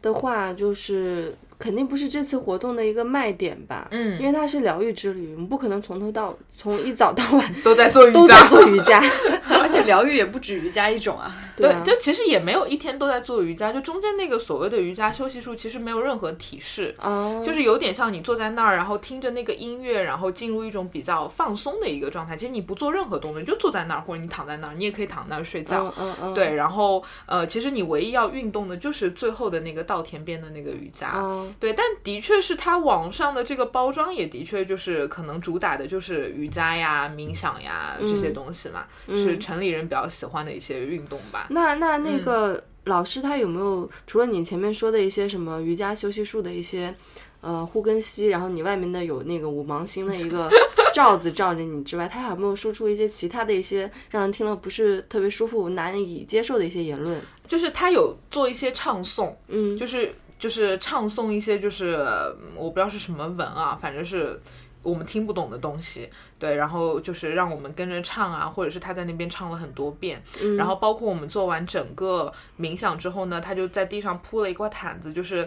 E: 的话，就是肯定不是这次活动的一个卖点吧，
B: 嗯
E: 因为它是疗愈之旅，你不可能从头到从一早到晚
B: 都在做瑜
E: 都在
B: 伽，
E: 做瑜 伽，
D: 而且疗愈也不止瑜伽一种啊。
E: 对啊，
B: 就其实也没有一天都在做瑜伽，就中间那个所谓的瑜伽休息术，其实没有任何提示，
E: 哦，
B: 就是有点像你坐在那儿，然后听着那个音乐，然后进入一种比较放松的一个状态。其实你不做任何动作，你就坐在那儿，或者你躺在那儿，你也可以躺那儿睡觉。
E: 嗯嗯嗯，
B: 对，然后呃，其实你唯一要运动的就是最后的那个稻田边的那个瑜伽。
E: 哦，
B: 对，但的确是它网上的这个包装也的确就是可能主打的就是瑜伽呀、冥想呀这
E: 嗯
B: 些东西嘛，是城里人比较喜欢的一些运动吧。
E: 那那
B: 嗯
E: 那个老师他有没有除了你前面说的一些什么瑜伽休息术的一些呃护根息，然后你外面的有那个五芒星的 一个罩子罩着你之外，他有没有说出一些其他的一些让人听了不是特别舒服、难以接受的一些言论？
B: 就是他有做一些唱诵，
E: 嗯，
B: 就是就是唱诵一些就是嗯我不知道是什么文啊，反正是我们听不懂的东西。对，然后就是让我们跟着唱啊，或者是他在那边唱了很多遍。然后包括我们做完整个冥想之后呢，他就在地上铺了一块毯子，就是。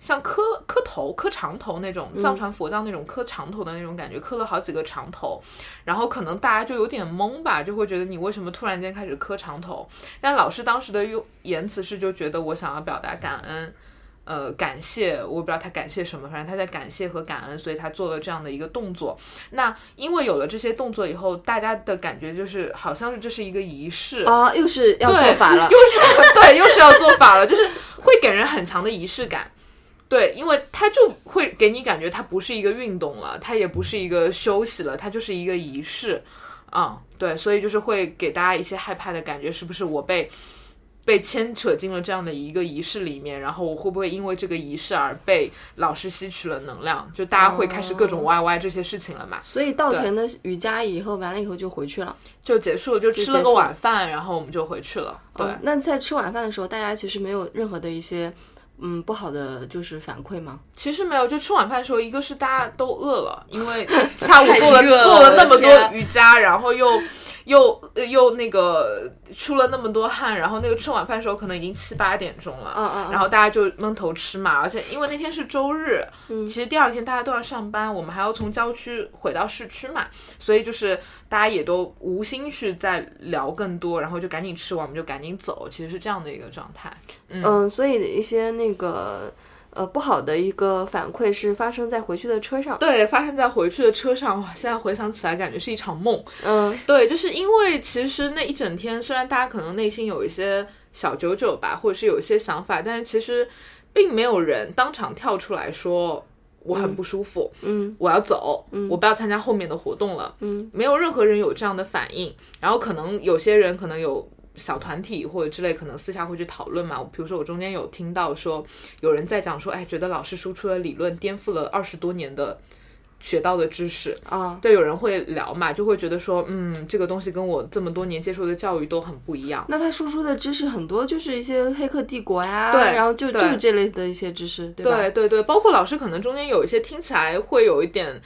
B: 像磕磕头、磕长头那种，藏传佛教那种磕长头的那种感觉，磕了好几个长头，然后可能大家就有点懵吧，就会觉得你为什么突然间开始磕长头？但老师当时的用言辞是就觉得我想要表达感恩，呃，感谢，我不知道他感谢什么，反正他在感谢和感恩，所以他做了这样的一个动作。那因为有了这些动作以后，大家的感觉就是好像是这是一个仪式，
E: 啊，又是要做法 了
B: 又。是对，又是要做法了，就是会给人很强的仪式感。对，因为它就会给你感觉它不是一个运动了，它也不是一个休息了，它就是一个仪式。嗯，对，所以就是会给大家一些害怕的感觉，是不是我被被牵扯进了这样的一个仪式里面，然后我会不会因为这个仪式而被老师吸取了能量？就大家会开始各
E: 哦
B: 种 YY 这些事情了嘛？
E: 所以稻田的瑜伽以后完了以后就回去了。
B: 就结束了，就吃了
E: 结
B: 个
E: 束
B: 晚饭，然后我们就回去了。对，
E: 哦，那在吃晚饭的时候，大家其实没有任何的一些嗯不好的就是反馈吗？
B: 其实没有，就吃晚饭的时候，一个是大家都饿了，因为下午做
D: 太热了
B: 做了那么
D: 我的天啊
B: 多瑜伽，然后又又呃又那个呃出了那么多汗，然后那个吃晚饭的时候可能已经七八点钟了，
E: 嗯嗯嗯
B: 然后大家就闷头吃嘛，而且因为那天是周日，其实第二天大家都要上班，我们还要从郊区回到市区嘛，所以就是大家也都无心去再聊更多，然后就赶紧吃完，我们就赶紧走，其实是这样的一个状态。
E: 嗯，所以一些那个呃不好的一个反馈是发生在回去的车上。
B: 对，发生在回去的车上，哇！现在回想起来，感觉是一场梦。
E: 嗯
B: 对，就是因为其实那一整天，虽然大家可能内心有一些小九九吧，或者是有一些想法，但是其实并没有人当场跳出来说我很不舒服，
E: 嗯
B: 我要走，我不要参加后面的活动了，
E: 嗯，
B: 没有任何人有这样的反应。然后可能有些人可能有。小团体或者之类，可能私下会去讨论嘛。比如说，我中间有听到说，有人在讲说，哎，觉得老师输出的理论颠覆了二十多年的学到的知识，
E: 啊
B: 对，有人会聊嘛，就会觉得说，嗯，这个东西跟我这么多年接受的教育都很不一样。
E: 那他输出的知识很多，就是一些《黑客帝国》呀，
B: 对
E: 然后就
B: 对
E: 就是这类的一些知识，对吧？
B: 对对对，包括老师可能中间有一些听起来会有一点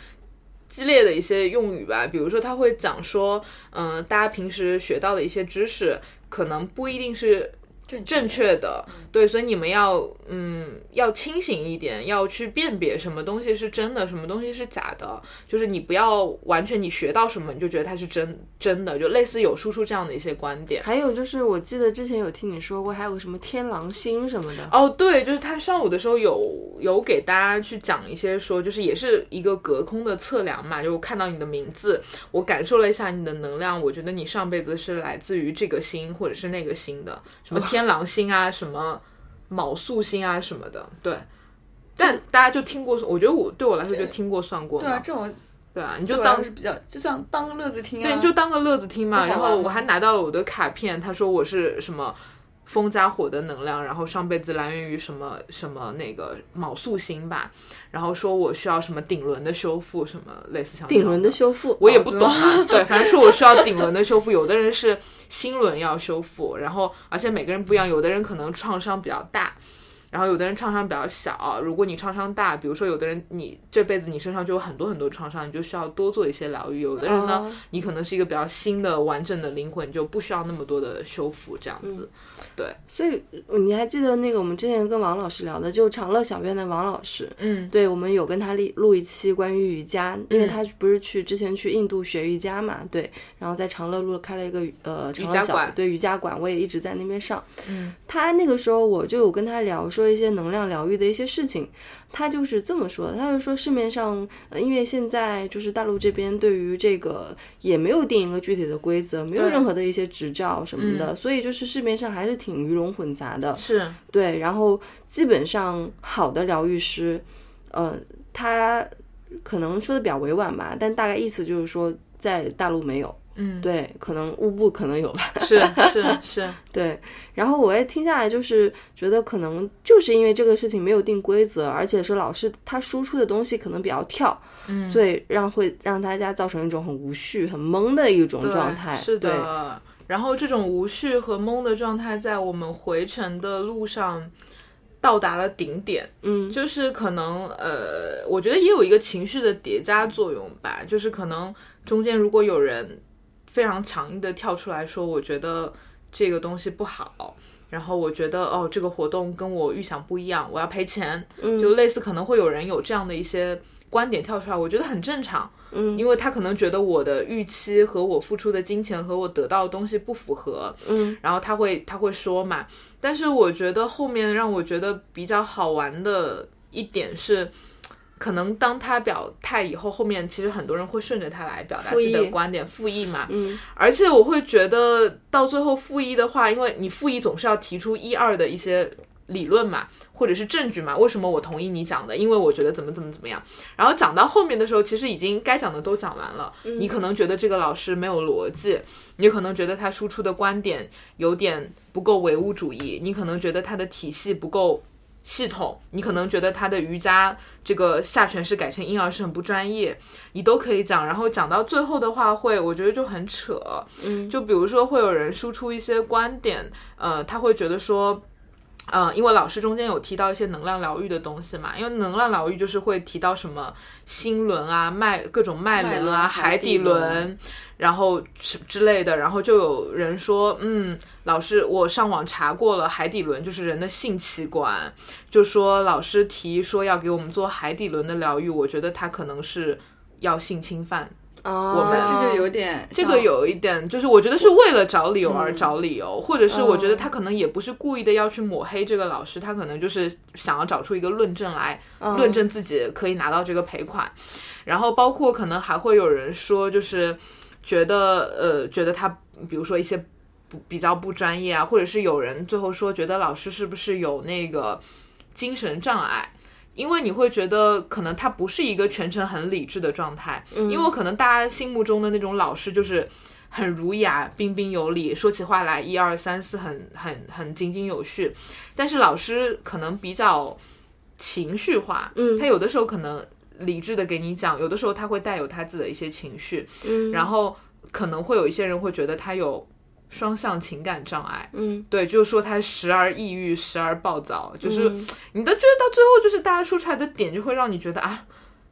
B: 激烈的一些用语吧，比如说他会讲说，嗯、大家平时学到的一些知识，可能不一定是
D: 正
B: 正确的，对，所以你们要嗯要清醒一点，要去辨别什么东西是真的，什么东西是假的，就是你不要完全你学到什么你就觉得它是真真的，就类似有输出这样的一些观点。
E: 还有就是，我记得之前有听你说过，还有个什么天狼星什么的。
B: 哦，对，就是他上午的时候有有给大家去讲一些说，就是也是一个隔空的测量嘛，就我看到你的名字，我感受了一下你的能量，我觉得你上辈子是来自于这个星或者是那个星的，什么天狼星啊，什么卯宿星啊什么的，对。但大家就听过，我觉得我对我来说就听过算过
D: 对啊，
B: 嘛，
D: 这种
B: 对啊，你
D: 对
B: 就
D: 我来
B: 当
D: 说是比较，就算当个乐子听啊。
B: 对，你就当个乐子听嘛。
D: 不好
B: 然
D: 玩
B: 后我
D: 吗
B: 还拿到了我的卡片，他说我是什么风加火的能量，然后上辈子来源于什么什么那个卯宿星吧，然后说我需要什么顶轮的修复，什么类似像这
E: 顶
B: 样
E: 轮
B: 的
E: 的。哦修复，
B: 我也不懂啊，对，反正说我需要顶轮的修复，有的人是心轮要修复，然后而且每个人不一样，有的人可能创伤比较大，然后有的人创伤比较小，如果你创伤大，比如说有的人你这辈子你身上就有很多很多创伤，你就需要多做一些疗愈。有的人呢，
E: 哦
B: 你可能是一个比较新的完整的灵魂，你就不需要那么多的修复，这样子。
E: 所以你还记得那个我们之前跟王老师聊的，就是长乐小院的王老师，
B: 嗯
E: 对，我们有跟他录录一期关于瑜伽，因为他不是去之前去印度学瑜伽嘛，对，然后在长乐路开了一个呃长乐
B: 伽
E: 小
B: 馆
E: 对瑜伽馆，我也一直在那边上。
B: 嗯，
E: 他那个时候我就有跟他聊说一些能量疗愈的一些事情，他就是这么说的，他就说市面上、呃因为现在就是大陆这边对于这个也没有定一个具体的规则，没有
B: 对嗯
E: 任何的一些执照什么的，所以就是市面上还是挺鱼龙混杂的。
B: 是，
E: 对，然后基本上好的疗愈师，呃，他可能说的比较委婉吧，但大概意思就是说，在大陆没有，
B: 嗯，
E: 对，可能乌布可能有吧，
B: 是是是，
E: 对。然后我也听下来，就是觉得可能就是因为这个事情没有定规则，而且是老师他输出的东西可能比较跳，
B: 嗯，
E: 所以让会让大家造成一种很无序、很懵的一种
B: 对
E: 状态，
B: 是
E: 对
B: 的。然后这种无序和懵的状态，在我们回程的路上到达了顶点。
E: 嗯，
B: 就是可能呃，我觉得也有一个情绪的叠加作用吧，就是可能中间如果有人非常强硬的跳出来说，我觉得这个东西不好。然后我觉得哦，这个活动跟我预想不一样，我要赔钱，
E: 嗯
B: 就类似可能会有人有这样的一些观点跳出来，我觉得很正常，
E: 嗯
B: 因为他可能觉得我的预期和我付出的金钱和我得到的东西不符合，
E: 嗯，
B: 然后他会他会说嘛，但是我觉得后面让我觉得比较好玩的一点是，可能当他表态以后，后面其实很多人会顺着他来表达
E: 复
B: 自
E: 议
B: 己的观点，复议嘛，
E: 嗯，
B: 而且我会觉得到最后复议的话，因为你复议总是要提出一二的一些理论嘛，或者是证据嘛，为什么我同意你讲的？因为我觉得怎么怎么怎么样。然后讲到后面的时候，其实已经该讲的都讲完了，你可能觉得这个老师没有逻辑，你可能觉得他输出的观点有点不够唯物主义，你可能觉得他的体系不够。系统，你可能觉得他的瑜伽这个下犬式改成婴儿式很不专业，你都可以讲。然后讲到最后的话会，我觉得就很扯。嗯，就比如说会有人输出一些观点，呃，他会觉得说。呃，因为老师中间有提到一些能量疗愈的东西嘛，因为能量疗愈就是会提到什么心轮啊、脉各种脉
D: 脉
B: 轮
D: 轮
B: 啊、海
D: 海
B: 底
D: 底
B: 轮
D: 轮，
B: 然后之之类的，然后就有人说，嗯，老师，我上网查过了，海底轮就是人的性器官，就说老师提说要给我们做海底轮的疗愈，我觉得他可能是要性侵犯，
E: 我
B: 们
D: 这就有点
B: 这
D: 这
B: 个有一点，就是我觉得是为了找理由而找理由，或者是我觉得他可能也不是故意的要去抹黑这个老师，他可能就是想要找出一个论证来，论证自己可以拿到这个赔款。然后包括可能还会有人说，就是觉得呃，觉得他比如说一些不比较不专业啊，或者是有人最后说觉得老师是不是有那个精神障碍。因为你会觉得可能他不是一个全程很理智的状态，
E: 嗯
B: 因为可能大家心目中的那种老师就是很儒雅、彬彬有礼，说起话来一二三四很很很井井有序，但是老师可能比较情绪化，
E: 嗯
B: 他有的时候可能理智的给你讲，有的时候他会带有他自己的一些情绪，
E: 嗯
B: 然后可能会有一些人会觉得他有双向情感障碍，
E: 嗯
B: 对，就是说他时而抑郁，时而暴躁，就是
E: 嗯
B: 你的觉得到最后就是大家说出来的点，就会让你觉得啊，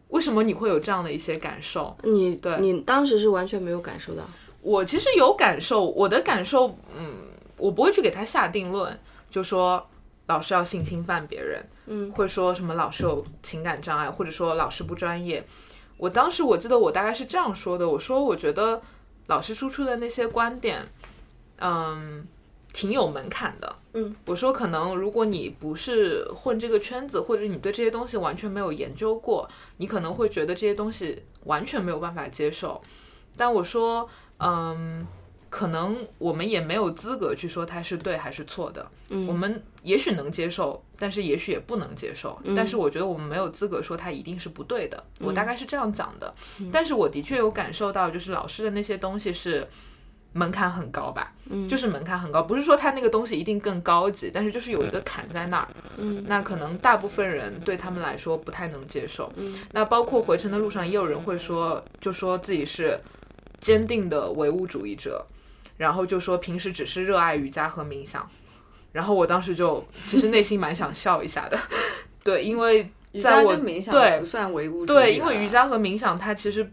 B: 为什么你会有这样的一些感受？
E: 你
B: 对
E: 你当时是完全没有感受到，
B: 我其实有感受，我的感受，嗯，我不会去给他下定论，就说老师要性侵犯别人，
E: 嗯
B: 会说什么老师有情感障碍，或者说老师不专业。我当时我记得我大概是这样说的，我说我觉得老师输出的那些观点，嗯，挺有门槛的。
E: 嗯，
B: 我说可能如果你不是混这个圈子，或者你对这些东西完全没有研究过，你可能会觉得这些东西完全没有办法接受。但我说，嗯，可能我们也没有资格去说它是对还是错的。
E: 嗯
B: 我们也许能接受，但是也许也不能接受。
E: 嗯
B: 但是我觉得我们没有资格说它一定是不对的。我大概是这样讲的。
E: 嗯
B: 但是我的确有感受到，就是老师的那些东西是门槛很高吧，
E: 嗯
B: 就是门槛很高，不是说他那个东西一定更高级，但是就是有一个坎在那儿。
E: 嗯
B: 那可能大部分人对他们来说不太能接受。
E: 嗯
B: 那包括回程的路上，也有人会说，就说自己是坚定的唯物主义者，然后就说平时只是热爱瑜伽和冥想。然后我当时就其实内心蛮想笑一下的， 对，因为
D: 瑜
B: 在
D: 伽
B: 我
D: 跟冥想
B: 对
D: 不算唯物主义啊
B: 对，因
D: 吧
B: 为瑜伽和冥想它其实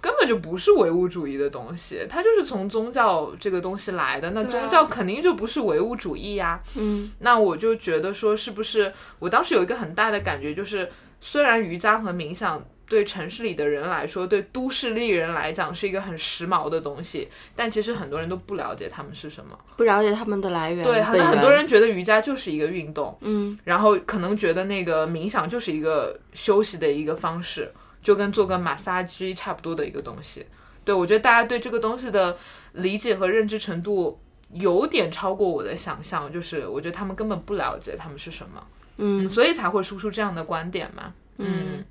B: 根本就不是唯物主义的东西，它就是从宗教这个东西来的。那
D: 对啊
B: 宗教肯定就不是唯物主义呀、
E: 嗯
B: 那我就觉得说，是不是我当时有一个很大的感觉，就是虽然瑜伽和冥想对城市里的人来说，对都市丽人来讲是一个很时髦的东西，但其实很多人都不了解他们是什么。
E: 不了解他们的来源，
B: 对，很
E: 本
B: 很多
E: 源，
B: 人觉得瑜伽就是一个运动，
E: 嗯
B: 然后可能觉得那个冥想就是一个休息的一个方式，就跟做个马杀鸡差不多的一个东西。对我觉得大家对这个东西的理解和认知程度有点超过我的想象，就是我觉得他们根本不了解他们是什么，
E: 嗯，
B: 所以才会输出这样的观点嘛。嗯，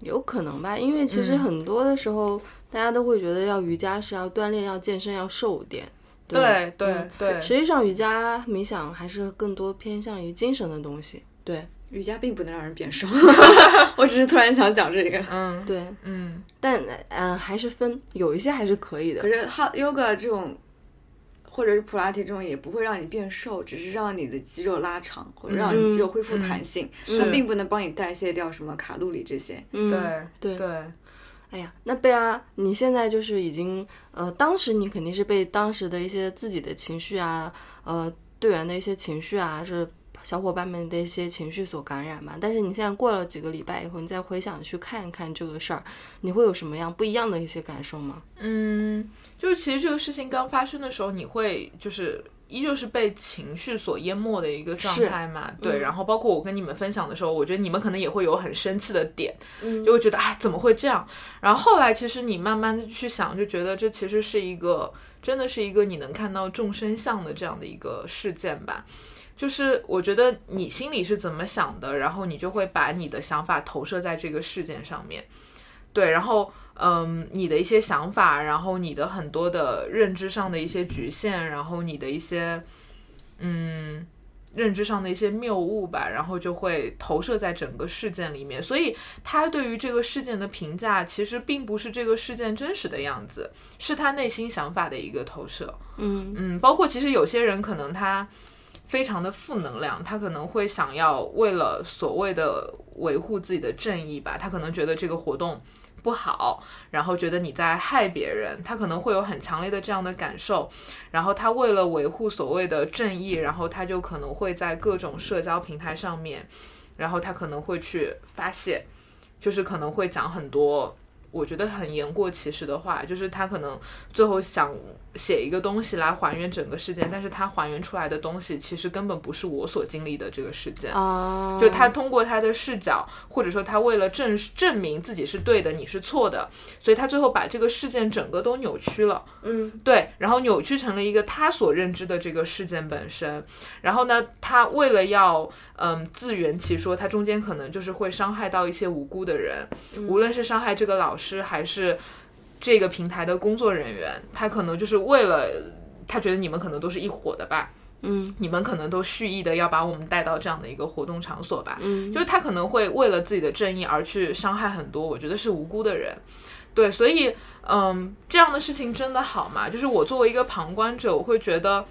E: 有可能吧，因为其实
B: 嗯
E: 很多的时候，大家都会觉得要瑜伽是要锻炼、要健身、要瘦点。吧
B: 对对
E: 嗯
B: 对，
E: 实际上瑜伽、冥想还是更多偏向于精神的东西。对
D: 瑜伽并不能让人变瘦， 我只是突然想讲这个。
B: 嗯
E: 对，
B: 嗯，
E: 但呃还是分，有一些还是可以的
D: 可。是哈 yoga 这种，或者是普拉提这种，也不会让你变瘦，只是让你的肌肉拉长，或者让你肌肉恢复弹性，
B: 嗯
D: 它
B: 是
D: 并不能帮你代谢掉什么卡路里这些。
E: 嗯，
B: 对
E: 对
B: 对。
E: 哎呀，那贝拉，你现在就是已经呃，当时你肯定是被当时的一些自己的情绪啊，呃，队员的一些情绪啊，是小伙伴们的一些情绪所感染嘛。但是你现在过了几个礼拜以后，你再回想去看一看这个事儿，你会有什么样不一样的一些感受吗？
B: 嗯，就是其实这个事情刚发生的时候，你会就是依旧是被情绪所淹没的一个状态嘛？对，然后包括我跟你们分享的时候，我觉得你们可能也会有很生气的点，就会觉得哎怎么会这样？然后后来其实你慢慢的去想，就觉得这其实是一个真的是一个你能看到众生相的这样的一个事件吧。就是我觉得你心里是怎么想的，然后你就会把你的想法投射在这个事件上面。对，然后嗯，你的一些想法，然后你的很多的认知上的一些局限，然后你的一些嗯认知上的一些谬误吧，然后就会投射在整个事件里面。所以他对于这个事件的评价，其实并不是这个事件真实的样子，是他内心想法的一个投射。
E: 嗯
B: 嗯，包括其实有些人可能他非常的负能量，他可能会想要为了所谓的维护自己的正义吧，他可能觉得这个活动不好，然后觉得你在害别人，他可能会有很强烈的这样的感受，然后他为了维护所谓的正义，然后他就可能会在各种社交平台上面，然后他可能会去发泄，就是可能会讲很多。我觉得很言过其实的话，就是他可能最后想写一个东西来还原整个事件，但是他还原出来的东西其实根本不是我所经历的这个事件。
E: 啊，
B: 就他通过他的视角，或者说他为了证证明自己是对的，你是错的，所以他最后把这个事件整个都扭曲了。
E: 嗯
B: 对，然后扭曲成了一个他所认知的这个事件本身。然后呢，他为了要嗯自圆其说，他中间可能就是会伤害到一些无辜的人，无论是伤害这个老师还是这个平台的工作人员，他可能就是为了他觉得你们可能都是一伙的吧，
E: 嗯
B: 你们可能都蓄意的要把我们带到这样的一个活动场所吧。
E: 嗯，
B: 就是他可能会为了自己的正义而去伤害很多，我觉得是无辜的人。对，所以，嗯，这样的事情真的好吗？就是我作为一个旁观者，我会觉得，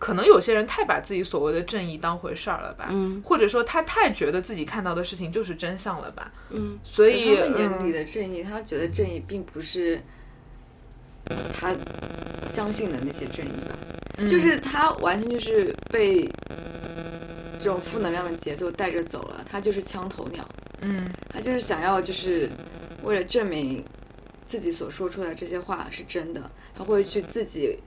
B: 可能有些人太把自己所谓的正义当回事儿了吧，
E: 嗯
B: 或者说他太觉得自己看到的事情就是真相了吧，
E: 嗯
B: 所
D: 在
B: 以，
D: 他们眼里
B: 嗯，
D: 的正义，他觉得正义并不是他相信的那些正义吧，
B: 嗯
D: 就是他完全就是被这种负能量的节奏带着走了，他就是枪头鸟。
B: 嗯
D: 他就是想要，就是为了证明自己所说出来这些话是真的，他会去自己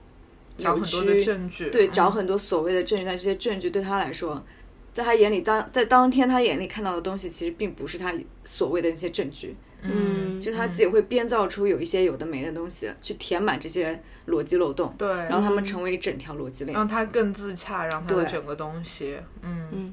B: 找
D: 扭
B: 很
D: 曲
B: 多的证据，
D: 对，找
B: 嗯
D: 很多所谓的证据，但这些证据对他来说，在他眼里当在当天他眼里看到的东西，其实并不是他所谓的那些证据，
E: 嗯，
D: 就是他自己会编造出有一些有的没的东西去填满这些逻辑漏洞，
B: 对，嗯
D: 然后他们成为一整条逻辑链。
B: 让他更自洽，让他的
D: 对
B: 整个东西，嗯。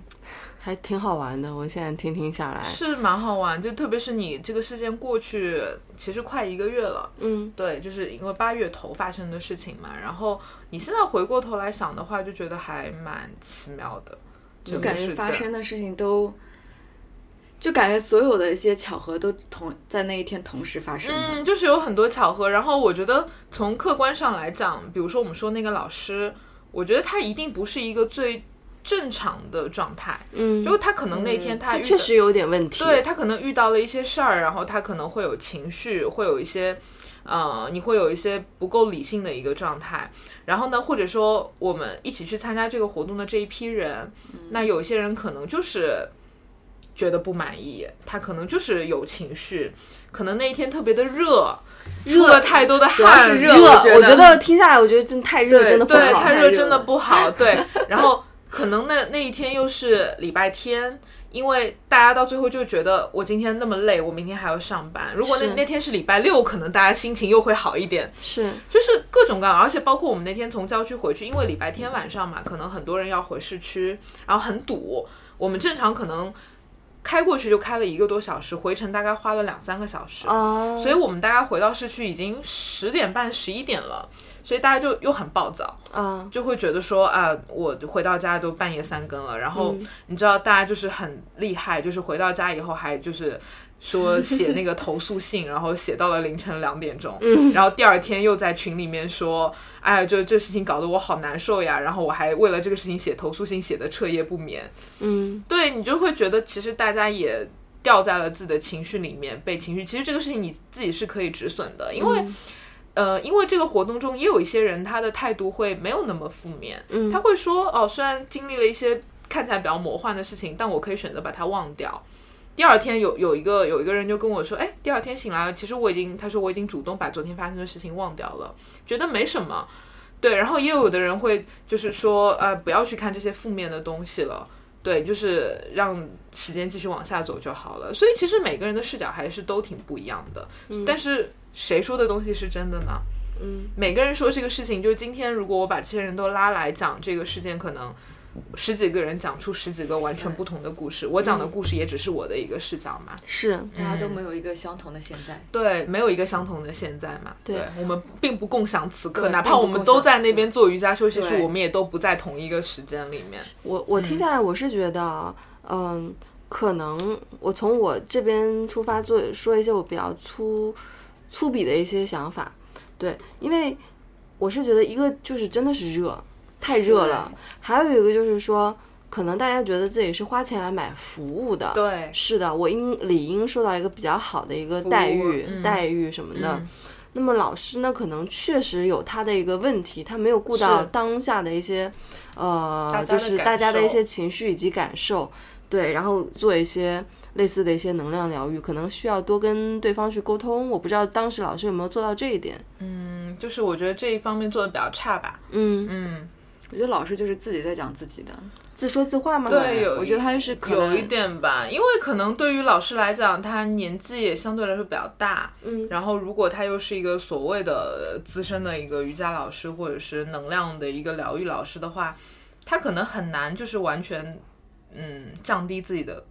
E: 还挺好玩的。我现在听听下来，
B: 是啊蛮好玩，就特别是你这个事件过去，其实快一个月了，
E: 嗯
B: 对，就是因为八月头发生的事情嘛。然后你现在回过头来想的话，就觉得还蛮奇妙的，
D: 就
B: 就
D: 感觉发生的事情都，就感觉所有的一些巧合都同在那一天同时发生了。
B: 嗯，就是有很多巧合。然后我觉得从客观上来讲，比如说我们说那个老师，我觉得他一定不是一个最正常的状态，
E: 嗯，
B: 就他可能那天他遇到
E: 确实有点问题。
B: 对，他可能遇到了一些事儿，然后他可能会有情绪，会有一些，呃，你会有一些不够理性的一个状态。然后呢，或者说我们一起去参加这个活动的这一批人，那有一些人可能就是觉得不满意，他可能就是有情绪，可能那一天特别的热，出了太多的
D: 主要
B: 汗，
D: 是
E: 热，
D: 我觉
E: 我
D: 得
E: 觉得听下来，我觉得真太热，
D: 对
E: 真的不
B: 对，
E: 好。
B: 太
D: 太
B: 热
D: 热
B: 真的
D: 了
B: 不好。对，然后可能那那一天又是礼拜天，因为大家到最后就觉得我今天那么累，我明天还要上班。如果那
E: 是
B: 那天是礼拜六，可能大家心情又会好一点。
E: 是，
B: 就是各种各样，而且包括我们那天从郊区回去，因为礼拜天晚上嘛，可能很多人要回市区，然后很堵。我们正常可能开过去就开了一个多小时，回程大概花了两三个小时。
E: 哦，
B: 所以我们大概回到市区已经十点半、十一点了，所以大家就又很暴躁。
E: 啊，
B: 就会觉得说啊，我回到家都半夜三更了，然后你知道大家就是很厉害，就是回到家以后还就是。说写那个投诉信，然后写到了凌晨两点钟，然后第二天又在群里面说，哎，就这事情搞得我好难受呀，然后我还为了这个事情写投诉信，写的彻夜不眠。
E: 嗯，
B: 对你就会觉得其实大家也掉在了自己的情绪里面，被情绪。其实这个事情你自己是可以止损的，因为、呃，因为这个活动中也有一些人他的态度会没有那么负面，
E: 嗯
B: 他会说哦，虽然经历了一些看起来比较魔幻的事情，但我可以选择把它忘掉。第二天有有一个有一个人就跟我说，哎，第二天醒来了，其实我已经他说我已经主动把昨天发生的事情忘掉了，觉得没什么。对，然后也有的人会就是说，呃，不要去看这些负面的东西了，对，就是让时间继续往下走就好了。所以其实每个人的视角还是都挺不一样的，
D: 嗯
B: 但是谁说的东西是真的呢？
E: 嗯，
B: 每个人说这个事情，就是今天如果我把这些人都拉来讲这个事件，可能十几个人讲出十几个完全不同的故
D: 嗯
B: 事。我讲的故事也只是我的一个视角嘛，
E: 是，
D: 大家都没有一个相同的现在。
B: 对，没有一个相同的现在嘛。
E: 对
B: 我们并不共享此刻，
D: 对
B: 哪怕
D: 并不
B: 我们
D: 共
B: 都
D: 享
B: 在那边做瑜伽休息
D: 对
B: 室，我们也都不在同一个时间里面。
E: 我我听下来，我是觉得啊，嗯，可能我从我这边出发做说一些我比较粗粗鄙的一些想法，对，因为我是觉得一个就是真的是热，太热了，还有一个就是说，可能大家觉得自己是花钱来买服务的，
B: 对，
E: 是的，我应理应受到一个比较好的一个待遇、
B: 嗯
E: 待遇什么的。
B: 嗯
E: 那么老师呢，可能确实有他的一个问题，他没有顾到
B: 是
E: 当下的一些呃
B: 大，家
E: 就
B: 的
E: 是
B: 感
E: 大家的一
B: 受
E: 些情绪以及感受，对，然后做一些类似的一些能量疗愈，可能需要多跟对方去沟通。我不知道当时老师有没有做到这一点。
B: 嗯，就是我觉得这一方面做的比较差吧。
E: 嗯，
B: 嗯，
D: 我觉得老师就是自己在讲自己的，
E: 自说自话吗？
B: 对，有
D: 我
B: 一
D: 觉得他是可
B: 有
D: 能
B: 一点吧，因为可能对于老师来讲，他年纪也相对来说比较大，
E: 嗯
B: 然后如果他又是一个所谓的资深的一个瑜伽老师或者是能量的一个疗愈老师的话，他可能很难就是完全嗯降低自己的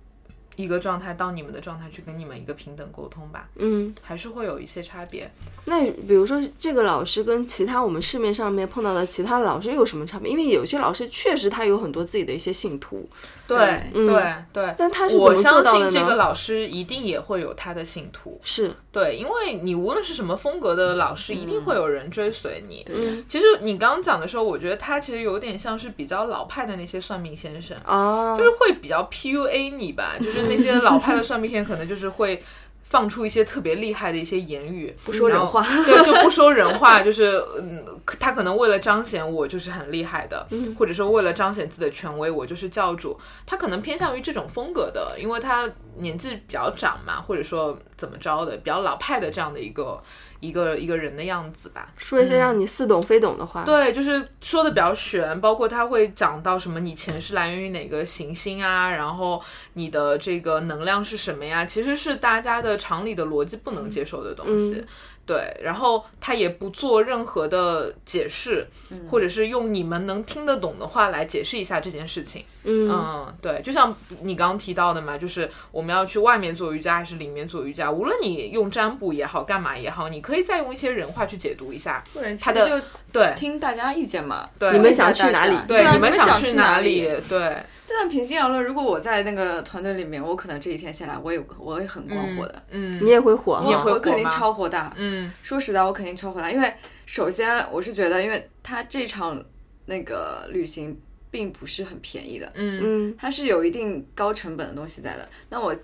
B: 一个状态到你们的状态去跟你们一个平等沟通吧，
E: 嗯，
B: 还是会有一些差别。
E: 那比如说这个老师跟其他我们市面上面碰到的其他老师有什么差别？因为有些老师确实他有很多自己的一些信徒，
B: 对
E: 嗯
B: 对对，
E: 但他是怎
B: 我
E: 么做
B: 相
E: 到
B: 信
E: 的
B: 这个
E: 呢？
B: 老师一定也会有他的信徒。
E: 是，
B: 对，因为你无论是什么风格的老师，一定会有人追随你。
E: 嗯
B: 其实你刚刚讲的时候，我觉得他其实有点像是比较老派的那些算命先生，
E: 啊，
B: 就是会比较 PUA 你 吧，就是那些老派的算命先生可能就是会。放出一些特别厉害的一些言 语，不
E: 说人话
B: 对，就不说人话，就是嗯，他可能为了彰显我就是很厉害的，
E: 嗯
B: 或者说为了彰显自己的权威，我就是教主，他可能偏向于这种风格的，因为他年纪比较长嘛，或者说怎么着的，比较老派的这样的一个一个一个人的样子吧。
E: 说一些让你似懂非懂的话。
B: 对，就是说的比较玄，包括他会讲到什么你前世来源于哪个行星啊，然后你的这个能量是什么呀，其实是大家的常理的逻辑不能接受的东西。
E: 嗯
B: 对，然后他也不做任何的解释，
E: 嗯
B: 或者是用你们能听得懂的话来解释一下这件事情。
E: 嗯
B: 嗯，对，就像你刚刚提到的嘛，就是我们要去外面做瑜伽还是里面做瑜伽，无论你用占卜也好，干嘛也好，你可以再用一些人话去解读一下。
D: 不然
B: 他
D: 他
B: 的
D: 就
B: 对
D: 听大家意见嘛。
B: 对
E: 你们
D: 问一下
E: 想去
D: 大家
E: 哪里
B: 对，
D: 啊
B: 你们想
D: 去
B: 哪嗯
D: 里？
B: 对，
D: 就像平心而论，如果我在那个团队里面，我可能这一天下来，我也我也很光火的，
B: 嗯，
E: 你也会火，
B: 你也
D: 我
B: 会
D: 我
B: 火
D: 肯定
B: 吗
D: 超火大。
B: 嗯
D: 说实在，我肯定超火大，因为首先我是觉得，因为他这场那个旅行并不是很便宜的，
B: 嗯，
E: 嗯
D: 它是有一定高成本的东西在的。那我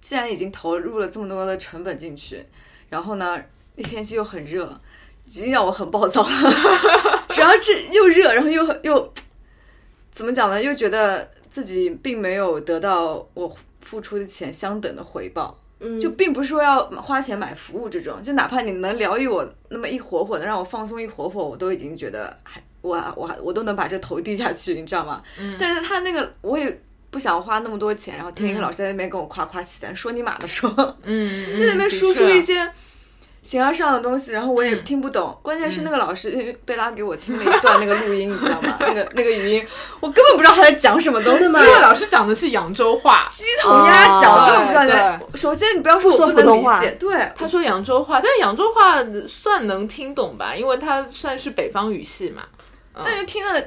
D: 既然已经投入了这么多的成本进去，然后呢，那天气又很热，已经让我很暴躁了。 然后这又热，然后又又怎么讲呢？又觉得自己并没有得到我付出的钱相等的回报。
E: 嗯，
D: 就并不是说要花钱买服务这种，就哪怕你能疗愈我那么一火火的，让我放松一火火，我都已经觉得还我我我都能把这头低下去，你知道吗？嗯、但是他那个我也不想花那么多钱，然后听一个老师在那边跟我夸夸其谈，说你妈的说，
B: 嗯，
D: 就在那边
B: 的
D: 输出
B: 确
D: 一些形而上的东西，然后我也
B: 嗯
D: 听不懂。关键是那个老师，因为贝拉给我听了一段那个录音，你知道吗？那个那个语音，我根本不知道他在讲什么东西。
B: 那个老师讲的是扬州话，
D: 鸡同鸭讲，
E: 哦
D: 根本不知道你在。啊首先，你不要说我
E: 说
D: 不
E: 普通
D: 能理
E: 话
D: 解，对，
B: 他说扬州话，但扬州话算能听懂吧，因为它算是北方语系嘛，
D: 但就听了，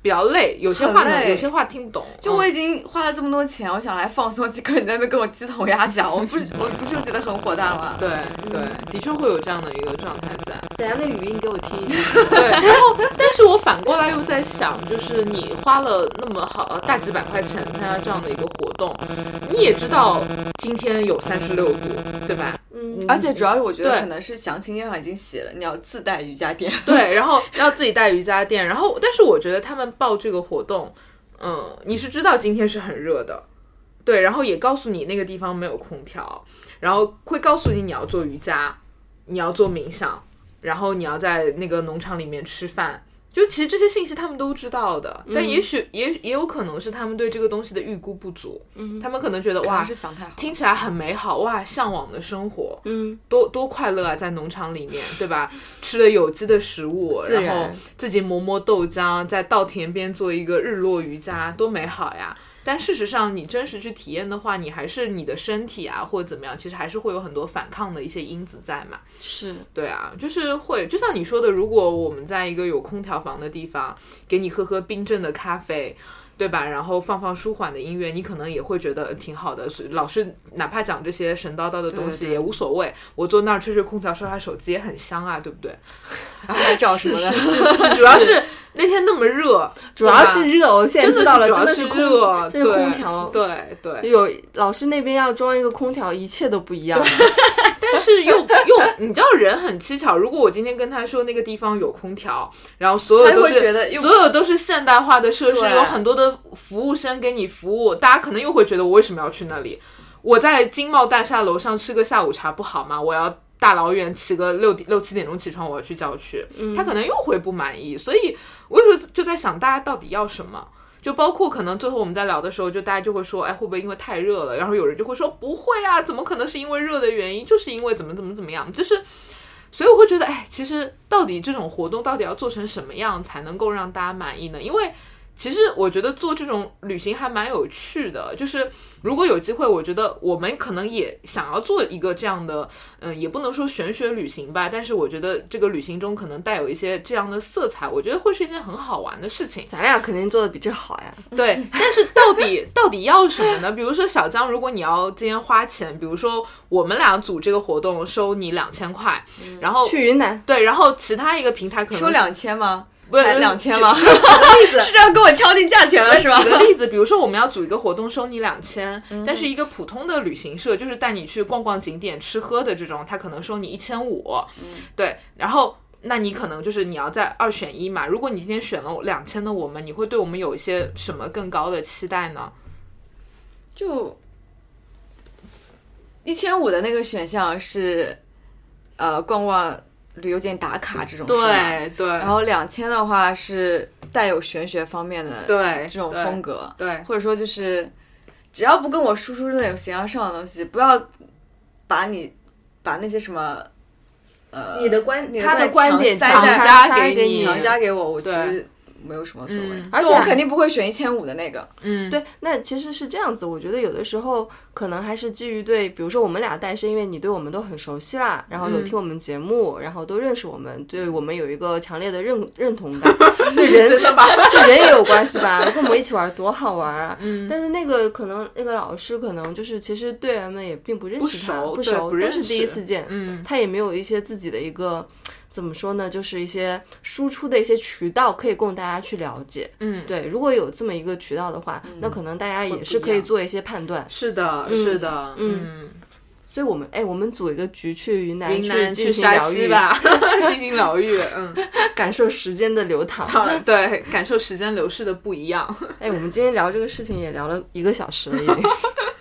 B: 比较累，有些话
D: 很
B: 能，
D: 累
B: 有些话听不懂。
D: 就我
B: 嗯
D: 已经花了这么多钱，我想来放松，结果你在那边跟我鸡同鸭讲，我不是我不就觉得很火大吗？
B: 对对，的确会有这样的一个状态 在。
E: 等下那语音给我听一下。
B: 对，然后但是我反过来又在想，就是你花了那么好呃大几百块钱参加这样的一个活动，你也知道今天有三十六度，对吧？
E: 嗯，
D: 而且主要是我觉得
B: 对
D: 可能是详情页上已经写了，你要自带瑜伽 垫。
B: 对，然后要自己带瑜伽垫，然后但是我觉得他们报这个活动，嗯，你是知道今天是很热的，对，然后也告诉你那个地方没有空调，然后会告诉你你要做瑜伽，你要做冥想，然后你要在那个农场里面吃饭。就其实这些信息他们都知道的，
D: 嗯
B: 但也许、也也有可能是他们对这个东西的预估不足，嗯、他们可能觉得
D: 可
B: 哇
D: 能是，想太好，
B: 听起来很美好哇，向往的生活，
E: 嗯，
B: 多多快乐啊，在农场里 面，对吧？吃了有机的食物，
E: 自然
B: 然后自己磨磨豆浆，在稻田边做一个日落瑜伽，多美好呀！但事实上，你真实去体验的话，你还是你的身体啊，或者怎么样，其实还是会有很多反抗的一些因子在嘛。
E: 是
B: 对啊，就是会，就像你说的，如果我们在一个有空调房的地方，给你喝喝冰镇的咖啡，对吧？然后放放舒缓的音乐，你可能也会觉得呃挺好的。所以老师哪怕讲这些神叨叨的东
D: 对
B: 西
D: 对
B: 也无所谓，我坐那儿吹吹空调，刷刷手机也很香啊，对不 对？
D: 拍照什么 的。
B: 主要是那天那么热，
E: 主要是热，我现在
B: 真的
E: 知道了，
B: 主
E: 真
B: 要
E: 的
B: 是
E: 空
B: 热，，
E: 这是
B: 对
E: 空调。
B: 对对。
E: 有老师那边要装一个空调，一切都不一样了。
B: 但是又又，你知道人很蹊跷。如果我今天跟他说那个地方有空调，然后所有
D: 他
B: 都
D: 会
B: 是
D: 觉得又
B: 所有都是现代化的设施，
D: 对
B: 有很多的服务生给你服务，大家可能又会觉得我为什么要去那里？我在金茂大厦楼上吃个下午茶不好吗？我要大老远起个六六七点钟起床，我要去郊区，他可能又会不满意。所以我有时候就在想，大家到底要什么？就包括可能最后我们在聊的时候，就大家就会说，哎，会不会因为太热了？然后有人就会说，不会啊，怎么可能是因为热的原因？就是因为怎么怎么怎么样，就是，所以我会觉得，哎，其实到底这种活动到底要做成什么样才能够让大家满意呢？因为其实我觉得做这种旅行还蛮有趣的，就是如果有机会，我觉得我们可能也想要做一个这样的，嗯，也不能说玄学旅行吧，但是我觉得这个旅行中可能带有一些这样的色彩，我觉得会是一件很好玩的事情。
E: 咱俩肯定做的比这好呀。
B: 对，但是到底到底要什么呢？比如说小江，如果你要今天花钱，比如说我们俩组这个活动收你两千块，然后
E: 去云南，
B: 对，然后其他一个平台可能
D: 说
B: 是
D: 两千吗？
B: 不是
D: 才两千吗？
B: 举举个例子，
D: 是这样跟我敲定价钱了是吧？
B: 举个例子，比如说我们要组一个活动收你两千、但是一个普通的旅行社就是带你去逛逛景点、吃喝的这种，他可能收你一千五。对，然后那你可能就是你要在二选一嘛。如果你今天选了两千的我们，你会对我们有一些什么更高的期待呢？
D: 就一千五的那个选项是，呃，逛逛旅游景点打卡这种，是吧。
B: 对对，
D: 然后两千的话是带有玄学方面的
B: 对
D: 这种
B: 对
D: 风格，
B: 对
D: 或者说就是，只要不跟我输出那种形而上的东西，不要把你把那些什么呃
E: 你的观
D: 你的
E: 他的观点
D: 强
E: 强
D: 塞在
B: 加
E: 给
B: 给你
E: 你
D: 强加给我，我其
B: 对
D: 实没有什么所谓，
B: 嗯
E: 而
D: 就
E: 且
D: 我肯定不会选一千五的那个，
B: 嗯，
E: 对，那其实是这样子，我觉得有的时候可能还是基于对，比如说我们俩带，是因为你对我们都很熟悉啦，然后有
B: 嗯
E: 听我们节目，然后都认识我们，对我们有一个强烈的认认同 感，对人
B: 真的吗？
E: 对人也有关系吧，跟我们一起玩儿多好玩儿啊！
B: 嗯
E: 但是那个可能那个老师可能就是其实队员们也并不认
B: 不
E: 识他，
B: 熟
E: 不
B: 对
E: 熟，
B: 不
E: 都
B: 认
E: 是第一
B: 识
E: 次见，
B: 嗯
E: 他也没有一些自己的一个怎么说呢，就是一些输出的一些渠道可以供大家去了解。
B: 嗯，
E: 对，如果有这么一个渠道的话，那可能大家也是可以做一些判断。
B: 是的，是的，嗯，
E: 所以我们哎，我们组一个局去云南
B: 云南
E: 进行
B: 沙
E: 疗
B: 溪
E: 愈，
B: 吧，进行疗愈，嗯，
E: 感受时间的流淌。
B: 好，对，感受时间流逝的不一样，
E: 哎，我们今天聊这个事情也聊了一个小时了，已 经。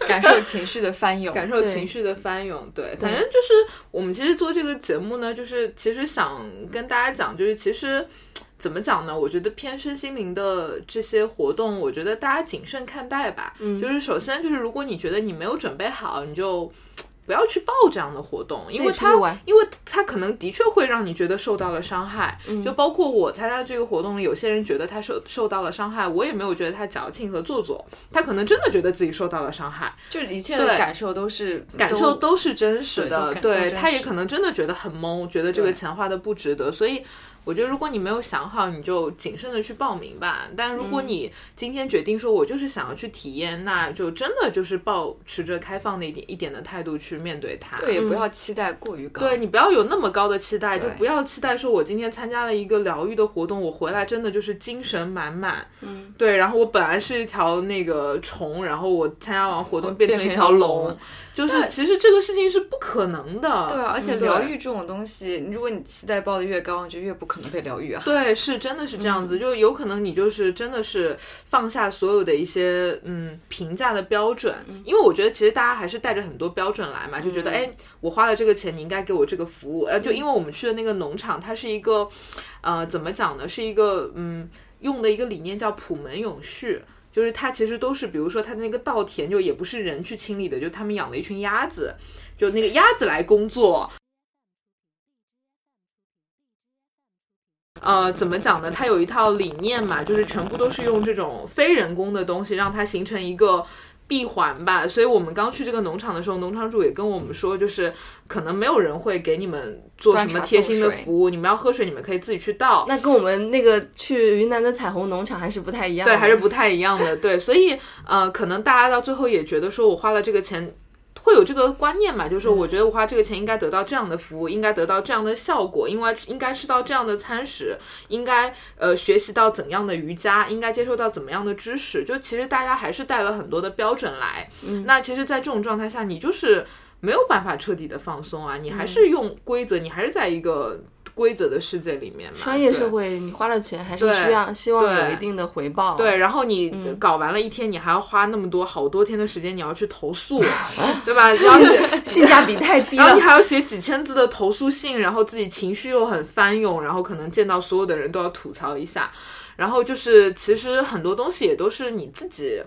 D: 感受情绪的翻涌，
B: 感受
E: 对
B: 情绪的翻涌。对，反正就是我们其实做这个节目呢，就是其实想跟大家讲，就是其实。怎么讲呢？我觉得偏身心灵的这些活动，我觉得大家谨慎看待吧。嗯，就是首先就是，如果你觉得你没有准备好，你就不要去报这样的活动，因为
E: 自己出去
B: 它
E: 玩
B: 因为它可能的确会让你觉得受到了伤害。
E: 嗯
B: 就包括我参加这个活动里，有些人觉得他受受到了伤害，我也没有觉得他矫情和做作，他可能真的觉得自己受到了伤害。
D: 就是一切
B: 对
D: 的感受都是
B: 感受都是真实的，
D: 对都感都
B: 对
D: 真
B: 他也
D: 实
B: 可能真的觉得很懵，觉得这个钱花的不值得，所以我觉得如果你没有想好，你就谨慎的去报名吧。但如果
D: 嗯
B: 你今天决定说我就是想要去体验，那就真的就是保持着开放的一点一点的态度去面对它。
D: 对，也不要期待过于高。
B: 嗯对你不要有那么高的期待，就
D: 嗯对
B: 不要期待说我今天参加了一个疗愈的活动，我回来真的就是精神满满。嗯，对。然后我本来是一条那个虫，然后我参加完活动变
D: 变
B: 成
D: 成
B: 一
D: 一
B: 条
D: 条
B: 龙，
D: 龙
B: 就是其实这个事情是不可能的。
D: 对啊，而且
B: 嗯
D: 疗愈。这种东西，如果你期待报的越高，你就越不可能被疗愈啊。
B: 对，是真的是这样子，就有可能你就是真的是放下所有的一些嗯评价的标准，因为我觉得其实大家还是带着很多标准来嘛，就觉得哎、我花了这个钱，你应该给我这个服务。呃，就因为我们去的那个农场，它是一个呃怎么讲呢，是一个嗯用的一个理念叫普门永续。就是它其实都是，比如说它的那个稻田，就也不是人去清理的，就他们养了一群鸭子，就那个鸭子来工作，呃，怎么讲呢？它有一套理念嘛，就是全部都是用这种非人工的东西，让它形成一个闭环吧。所以我们刚去这个农场的时候，农场主也跟我们说，就是可能没有人会给你们做什
D: 端
B: 么
D: 茶
B: 贴心的
D: 送水
B: 服务，你们要喝水，你们可以自己去倒。
E: 那跟我们那个去云南的彩虹农场还是不太一样的，
B: 对，还是不太一样的。对，所以呃，可能大家到最后也觉得说我花了这个钱。会有这个观念嘛？就是
E: 嗯
B: 我觉得我花这个钱应该得到这样的服务，应该得到这样的效果，应该应该吃到这样的餐食，应该呃学习到怎样的瑜伽，应该接受到怎么样的知识。就其实大家还是带了很多的标准来。
E: 嗯
B: 那其实，在这种状态下，你就是没有办法彻底的放松啊，你
E: 嗯
B: 还是用规则，你还是在一个规则的世界里面嘛。
E: 商业
B: 对
E: 社会，你花了钱还是
B: 对
E: 需要希望
B: 对
E: 有一定的回报。
B: 对，，然后你搞完了一天，你还要花那么多好多天的时间，你要去投诉，对吧？然后写，
E: 性价比太 低
B: 然后你
E: 了。
B: 还要写几千字的投诉信，然后自己情绪又很翻涌，然后可能见到所有的人都要吐槽一下，然后就是其实很多东西也都是你自己。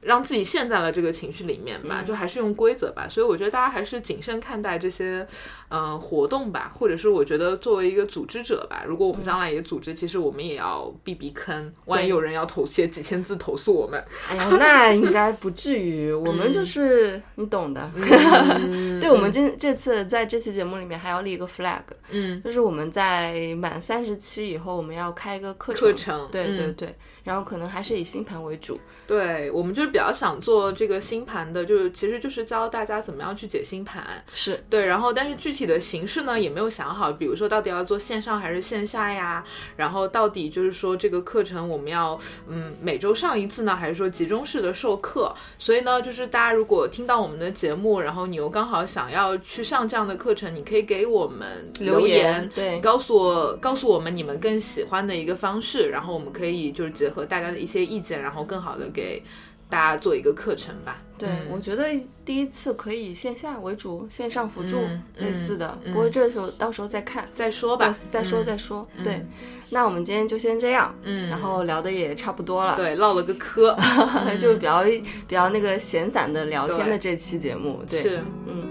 B: 让自己陷在了这个情绪里面吧，就还是用规则吧，所以我觉得大家还是谨慎看待这些，呃，活动吧，或者是我觉得作为一个组织者吧，如果我们将来也组织，其实我们也要避避坑，万一
E: 对
B: 有人要投写几千字投诉我们，
E: 哎呀，那应该不至于，我们
B: 嗯
E: 就是你懂的。 对，我们今这次在这期节目里面还要立一个 flag，
B: 嗯，
E: 就是我们在满三十期以后，我们要开一个课
B: 课程
E: 对
B: 嗯
E: 对对，然后可能还是以星盘为主。
B: 对，我们就是比较想做这个星盘的，就是其实就是教大家怎么样去解星盘，
E: 是，
B: 对，然后但是具体的形式呢也没有想好，比如说到底要做线上还是线下呀？然后到底就是说这个课程我们要嗯每周上一次呢，还是说集中式的授课？所以呢，就是大家如果听到我们的节目，然后你又刚好想要去上这样的课程，你可以给我们
E: 留
B: 言，
E: 言对
B: 告诉我告诉我们你们更喜欢的一个方式，然后我们可以就是结合大家的一些意见，然后更好的给大家做一个课程吧。
E: 对，我觉得第一次可以以线下为主，线上辅助
B: 嗯
E: 类似的，
B: 嗯
E: 不过这时候到时候再看。
B: 再说吧，
E: 再说
B: 嗯
E: 再说，对，那我们今天就先这样，
B: 嗯
E: 然后聊的也差不多了，
B: 对，唠了个嗑。
E: 就是比较比较那个闲散的聊天的这期节目，对，
B: 是，
E: 嗯，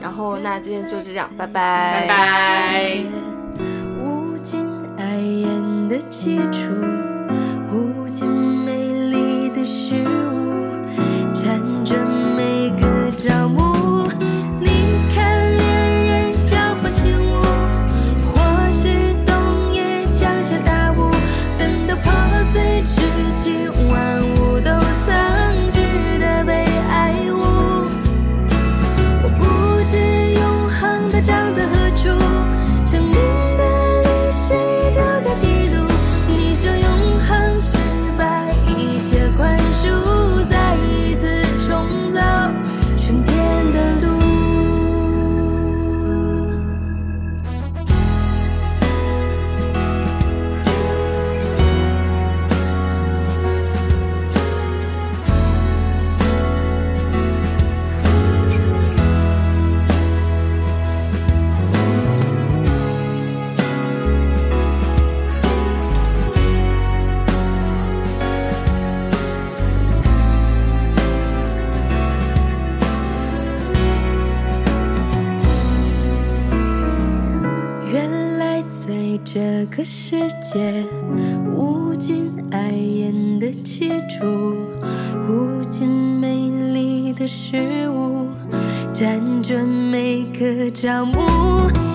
E: 然后那今天就这样，拜拜，
B: 拜拜。
C: 无尽爱眼的接触，无尽美丽的事物，缠着每个朝暮。你看恋人交换信物，或是冬夜降下大雾，等到破碎之际，万物都曾值得被爱慕。我不知永恒的长在何处，生命的这个世界无尽碍眼的接触，无尽美丽的事物，辗转每个朝暮。